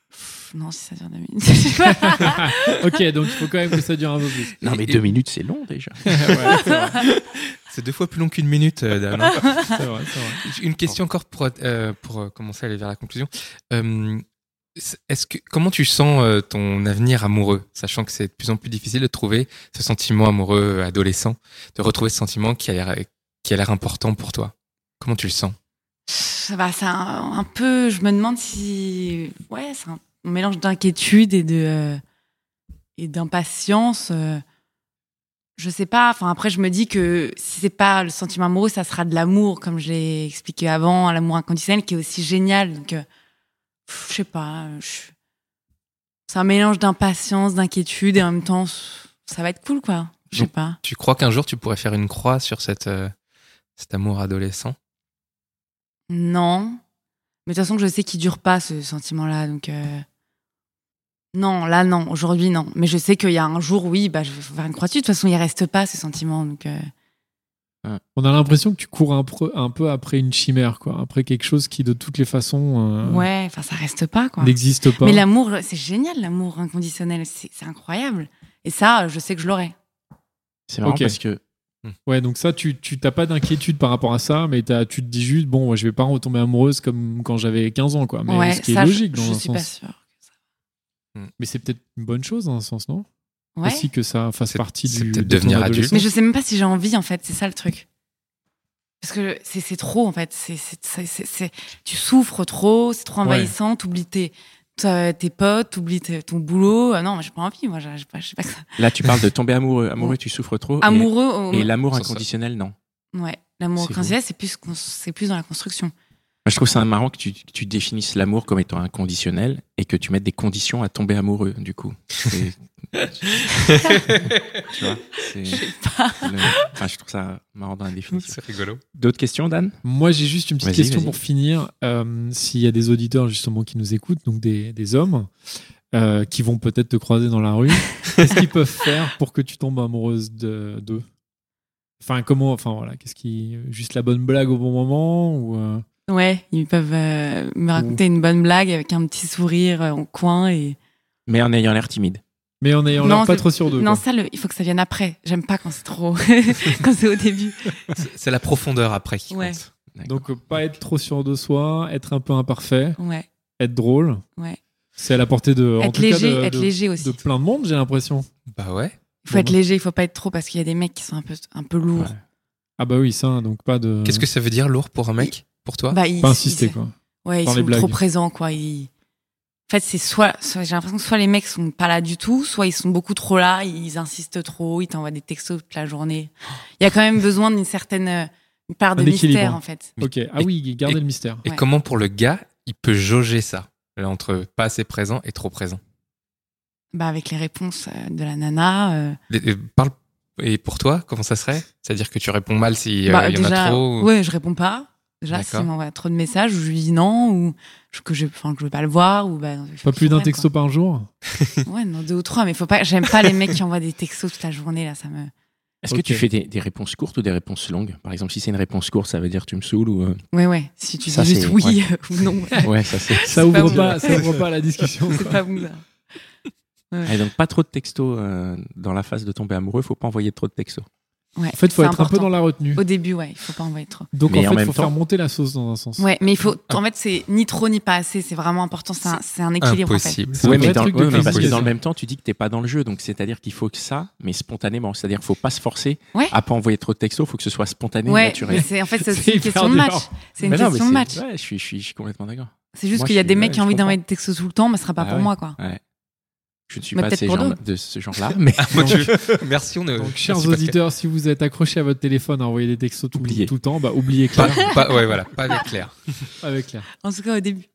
Pff, non, si ça dure deux minutes. Je sais pas.
ok, donc il faut quand même que ça dure un peu plus.
Non mais
Et-
deux minutes c'est long déjà.
Ouais, c'est vrai,
C'est deux fois plus long qu'une minute, euh, Dan, hein.
c'est vrai, c'est vrai.
Une question encore pour, euh, pour euh, commencer à aller vers la conclusion. Euh, est-ce que, comment tu sens euh, ton avenir amoureux, sachant que c'est de plus en plus difficile de trouver ce sentiment amoureux euh, adolescent, de retrouver ce sentiment qui a l'air, qui a l'air important pour toi Comment tu le sens
Ça va, c'est un, un peu. Je me demande si, ouais, c'est un, un mélange d'inquiétude et de euh, et d'impatience. euh. je sais pas. Enfin, après, je me dis que si c'est pas le sentiment amoureux, ça sera de l'amour, comme je l'ai expliqué avant, l'amour inconditionnel qui est aussi génial. Donc, euh, pff, je sais pas. euh, je- C'est un mélange d'impatience, d'inquiétude et en même temps, ça va être cool, quoi. Je sais
Donc,
pas.
Tu crois qu'un jour tu pourrais faire une croix sur cette, euh, cet amour adolescent
Non. Mais de toute façon, je sais qu'il dure pas ce sentiment-là, donc euh, non, là non, aujourd'hui non. Mais je sais qu'il y a un jour, oui, bah je vais faire une croix dessus. De toute façon, il reste pas ce sentiment, donc euh,
On a l'impression que tu cours un, pre- un peu après une chimère, quoi, après quelque chose qui de toutes les façons euh,
ouais, enfin ça reste pas quoi.
n'existe pas.
Mais l'amour, c'est génial, l'amour inconditionnel, c'est c'est incroyable. Et ça, je sais que je l'aurai.
C'est marrant
Ok.
parce que
Ouais, donc ça, tu tu- t'as pas d'inquiétude par rapport à ça, mais t'as- tu te dis juste, bon, ouais, je vais pas retomber amoureuse comme quand j'avais 15 ans, quoi. Mais
ouais,
ce qui
ça,
est
je-
logique,
je,
dans un
suis pas
sens.
sûre.
Mais c'est peut-être une bonne chose, dans un sens, non
Ouais.
Aussi que ça fasse
C'est-
partie
c'est
du.
peut-être
de
devenir
ton
adulte.
Mais
adolescence.
je sais même pas si j'ai envie, en fait, c'est ça le truc. Parce que c'est c'est trop, en fait. c'est c'est- c'est- c'est- c'est- tu souffres trop, c'est trop envahissant, t'oublies tes, ta- tes potes, t'oublies te- ton boulot. Ah non, moi, j'ai pas envie, moi, j'ai j'ai pas, j'ai pas que ça.
là tu parles de tomber amoureux, amoureux tu souffres trop. et-
Amoureux, au-
Et l'amour
Ça, ça-
inconditionnel, non.
ouais, l'amour
C'est
inconditionnel, c'est plus, cons- c'est plus dans la construction.
Moi, je trouve ça marrant que tu, que tu définisses l'amour comme étant inconditionnel et que tu mettes des conditions à tomber amoureux, du coup. C'est- tu vois c'est le- enfin, Je trouve ça marrant dans la définition.
C'est rigolo.
D'autres questions, Dan
Moi, j'ai juste une petite
Vas-y,
question
vas-y.
pour finir. Euh, S'il y a des auditeurs, justement, qui nous écoutent, donc des, des hommes, euh, qui vont peut-être te croiser dans la rue, qu'est-ce qu'ils peuvent faire pour que tu tombes amoureuse de- d'eux Enfin, comment. Enfin, voilà, qu'est-ce qui. Juste la bonne blague au bon moment ou. euh,
Ouais, ils peuvent euh, me raconter une bonne blague avec un petit sourire euh, en coin et.
Mais en ayant l'air timide.
Mais en ayant
Non,
l'air pas
c'est-
trop sûr d'eux.
Non,
quoi.
ça, le- il faut que ça vienne après. J'aime pas quand c'est trop, quand c'est au début.
C'est- C'est la profondeur après qui
Ouais.
compte.
D'accord.
Donc euh, pas être trop sûr de soi, être un peu imparfait,
Ouais.
être drôle.
Ouais.
C'est à la portée de, en
Être
tout cas,
léger,
de-
être
de-
léger aussi.
de plein de monde, j'ai l'impression.
Bah ouais.
Il faut être léger, il faut pas être trop parce qu'il y a des mecs qui sont un peu, un peu lourds.
Ouais.
Ah bah oui, ça, donc pas de.
Qu'est-ce que ça veut dire lourd pour un mec Pour toi
Bah, ils,
Pas insister,
ils-
quoi.
Ouais, ils
dans les
sont
blagues.
trop présents, quoi. Ils- En fait, c'est soit, soit- j'ai l'impression que soit les mecs sont pas là du tout, soit ils sont beaucoup trop là, ils insistent trop, ils t'envoient des textos toute la journée. Il y a quand même besoin d'une certaine euh, une part de
Un équilibre.
mystère, en fait.
Ok, ah oui, garder le mystère.
Et
Ouais.
comment pour le gars, il peut jauger ça là, entre pas assez présent et trop présent
Bah, avec les réponses euh, de la nana. euh,
Et- et Parle. Et pour toi, comment ça serait C'est-à-dire que tu réponds mal s'il
bah,
y en a trop ou-
ouais, je réponds pas. Déjà,
D'accord.
s'il m'envoie trop de messages, je lui dis non, ou je- que je, enfin, que je veux pas le voir, ou bah,
Pas plus d'un
ouais, quoi.
texto par jour
Ouais, non, deux ou trois, mais faut pas, j'aime pas les mecs qui envoient des textos toute la journée, là, ça me.
Est-ce
Ok.
que tu fais des, des réponses courtes ou des réponses longues Par exemple, si c'est une réponse courte, ça veut dire tu me saoules ou. euh,
Ouais, ouais, si tu
Ça,
dis juste
c'est-
oui ou non,
Ouais, ça c'est.
Ça
C'est pas
ouvre
bon.
pas, ça ouvre pas la discussion.
c'est pas bon, ça.
Et donc, pas trop de textos euh, dans la phase de tomber amoureux, faut pas envoyer trop de textos.
Ouais,
En fait, faut
c'est
être un peu
important.
dans la retenue.
Au début, ouais, il faut pas envoyer trop.
Donc
Mais
en
en
fait, il
même
faut
temps-
faire monter la sauce dans un sens.
Ouais, mais il faut.
Ah.
En fait, c'est ni trop ni pas assez. C'est vraiment important. C'est un, c'est un équilibre. En fait.
Impossible.
C'est un
Ouais,
vrai
mais, dans,
truc de
ouais, mais parce que
communication.
dans le même temps, tu dis que t'es pas dans le jeu, donc c'est-à-dire qu'il faut que ça, mais spontanément. C'est-à-dire qu'il faut pas se forcer
Ouais.
à pas envoyer trop de textos, faut que ce soit spontané, et
Ouais, mais
naturel.
c'est en fait c'est
C'est
aussi une
hyper
question de
dur.
match. C'est une
Mais non, mais
question de match.
c'est- ouais, je suis, je suis- je suis complètement d'accord.
C'est juste
Moi,
qu'il y a
je
des
suis-
mecs
ouais,
qui ont
je
envie
comprends.
d'envoyer des textos tout le temps, mais ce sera pas
Ah
pour
ouais.
moi, quoi.
Ouais. Je ne suis
Mais
pas de
peut-être
ces
pour
gens-
d'autres. Ah,
de ce genre-là, Ah, mais
Moi, tu- Merci, on est.
Donc, chers
merci, Pascal.
auditeurs, si vous êtes accrochés à votre téléphone à envoyer des textos tout,
Oubliez.
tout le temps, bah, oubliez
Pas,
Claire.
pas- ouais, voilà, pas avec Claire.
avec Claire.
En tout cas, au début.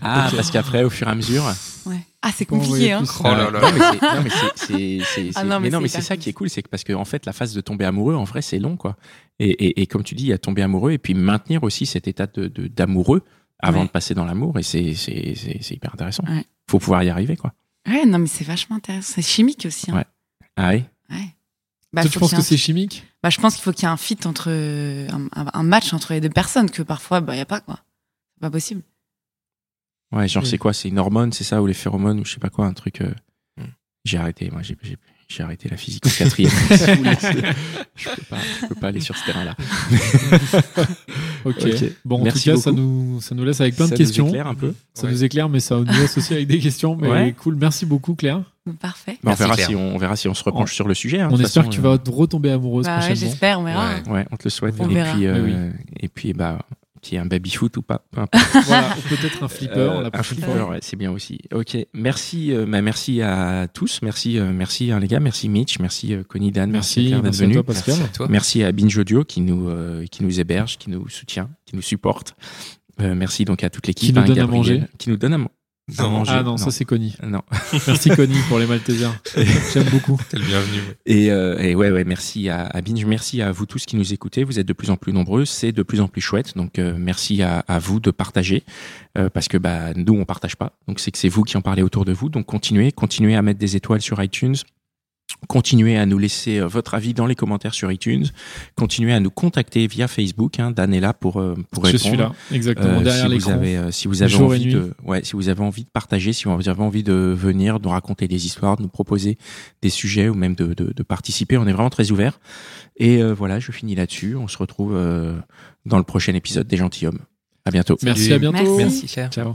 ah, parce qu'après, au fur et à mesure, euh,
Ouais. Ah, c'est
Faut
compliqué,
envoyer
hein.
plus. Bah,
Oh là là.
Non, mais c'est- non, mais c'est- c'est- c'est-
Ah
c'est-
non,
mais
mais
non,
c'est
mais c'est
hyper
ça qui est cool, c'est que parce que en fait, la phase de tomber amoureux, en vrai, c'est long, quoi. Et, et- et comme tu dis, il y a tomber amoureux et puis maintenir aussi cet état de- de- d'amoureux avant
Ouais.
de passer dans l'amour, et c'est c'est- c'est- c'est hyper intéressant.
Ouais.
Faut pouvoir y arriver, quoi.
Ouais, non, mais c'est vachement intéressant. C'est chimique aussi. Hein.
Ah ouais.
Ouais. Bah,
Toi,
faut
tu
qu'il
penses
y
que
ait un-
c'est chimique
bah, je pense qu'il faut qu'il y ait un fit entre un, un- un match entre les deux personnes que parfois bah y a pas quoi. C'est pas possible.
Ouais, genre
Oui.
c'est quoi C'est une hormone, c'est ça, ou les phéromones, ou je sais pas quoi, un truc. euh,
Hmm.
J'ai arrêté, moi, j'ai- j'ai j'ai arrêté la physique au quatrième. Si vous voulez, c'est- je, peux pas, je peux pas aller sur ce terrain-là.
Ok.
Ok.
Bon, en
Merci
tout cas, ça
beaucoup.
nous, ça nous laisse avec plein
Ça
de
nous
questions.
éclaire un peu.
Ça
Ouais.
nous éclaire, mais ça nous laisse aussi avec des questions. Mais
Ouais.
cool, merci beaucoup, Claire.
Parfait.
Bah, on,
Merci,
verra
Claire.
si on, on verra si on se repenche sur le sujet. hein, de
On
toute
espère
façon,
que tu
euh,
vas te retomber amoureuse
Bah ouais,
prochainement.
j'espère, on verra.
Ouais.
Ouais, on te le souhaite.
On
et,
verra.
Puis, euh,
Oui,
et puis, bah, qui est un baby foot ou pas. peu importe.
voilà, ou peut-être un flipper
Euh,
la
un
prochaine
flipper,
fois.
ouais, c'est bien aussi. Ok, merci, euh, bah, merci à tous, merci, euh, merci hein, les gars, merci Mitch, merci euh, Connie Dan, merci,
Merci,
Claire d'être
merci à
venue.
toi, Pascal.
Merci à toi.
Merci à Binge Audio qui nous, euh, qui nous héberge, qui nous soutient, qui nous supporte. Euh, merci donc à toute l'équipe.
Qui nous
hein,
donne à
Gabriel,
manger.
Qui nous donne à, man- à
Non.
manger.
Ah non, ça c'est Connie.
non.
Merci Connie pour les Maltesers. J'aime beaucoup.
T'es le bienvenu. ouais.
Et, euh, et ouais, ouais, merci à, à Binge, merci à vous tous qui nous écoutez. Vous êtes de plus en plus nombreux, c'est de plus en plus chouette. Donc euh, merci à, à vous de partager euh, parce que bah nous on partage pas. Donc c'est que c'est vous qui en parlez autour de vous. Donc continuez, continuez à mettre des étoiles sur iTunes. Continuez à nous laisser euh, votre avis dans les commentaires sur iTunes. Continuez à nous contacter via Facebook. Hein. Dan est là pour euh, pour
Je
répondre.
suis là, exactement,
Euh,
derrière
si vous
l'écran.
avez, euh, si vous avez
Jour et
envie
nuit.
de, ouais, si vous avez envie de partager, si vous avez envie de venir, de raconter des histoires, de nous proposer des sujets ou même de, de- de participer, on est vraiment très ouvert. Et euh, voilà, je finis là-dessus. On se retrouve euh, dans le prochain épisode des Gentilhommes. À bientôt.
Merci,
Salut.
à bientôt.
Merci, Claire.
Ciao.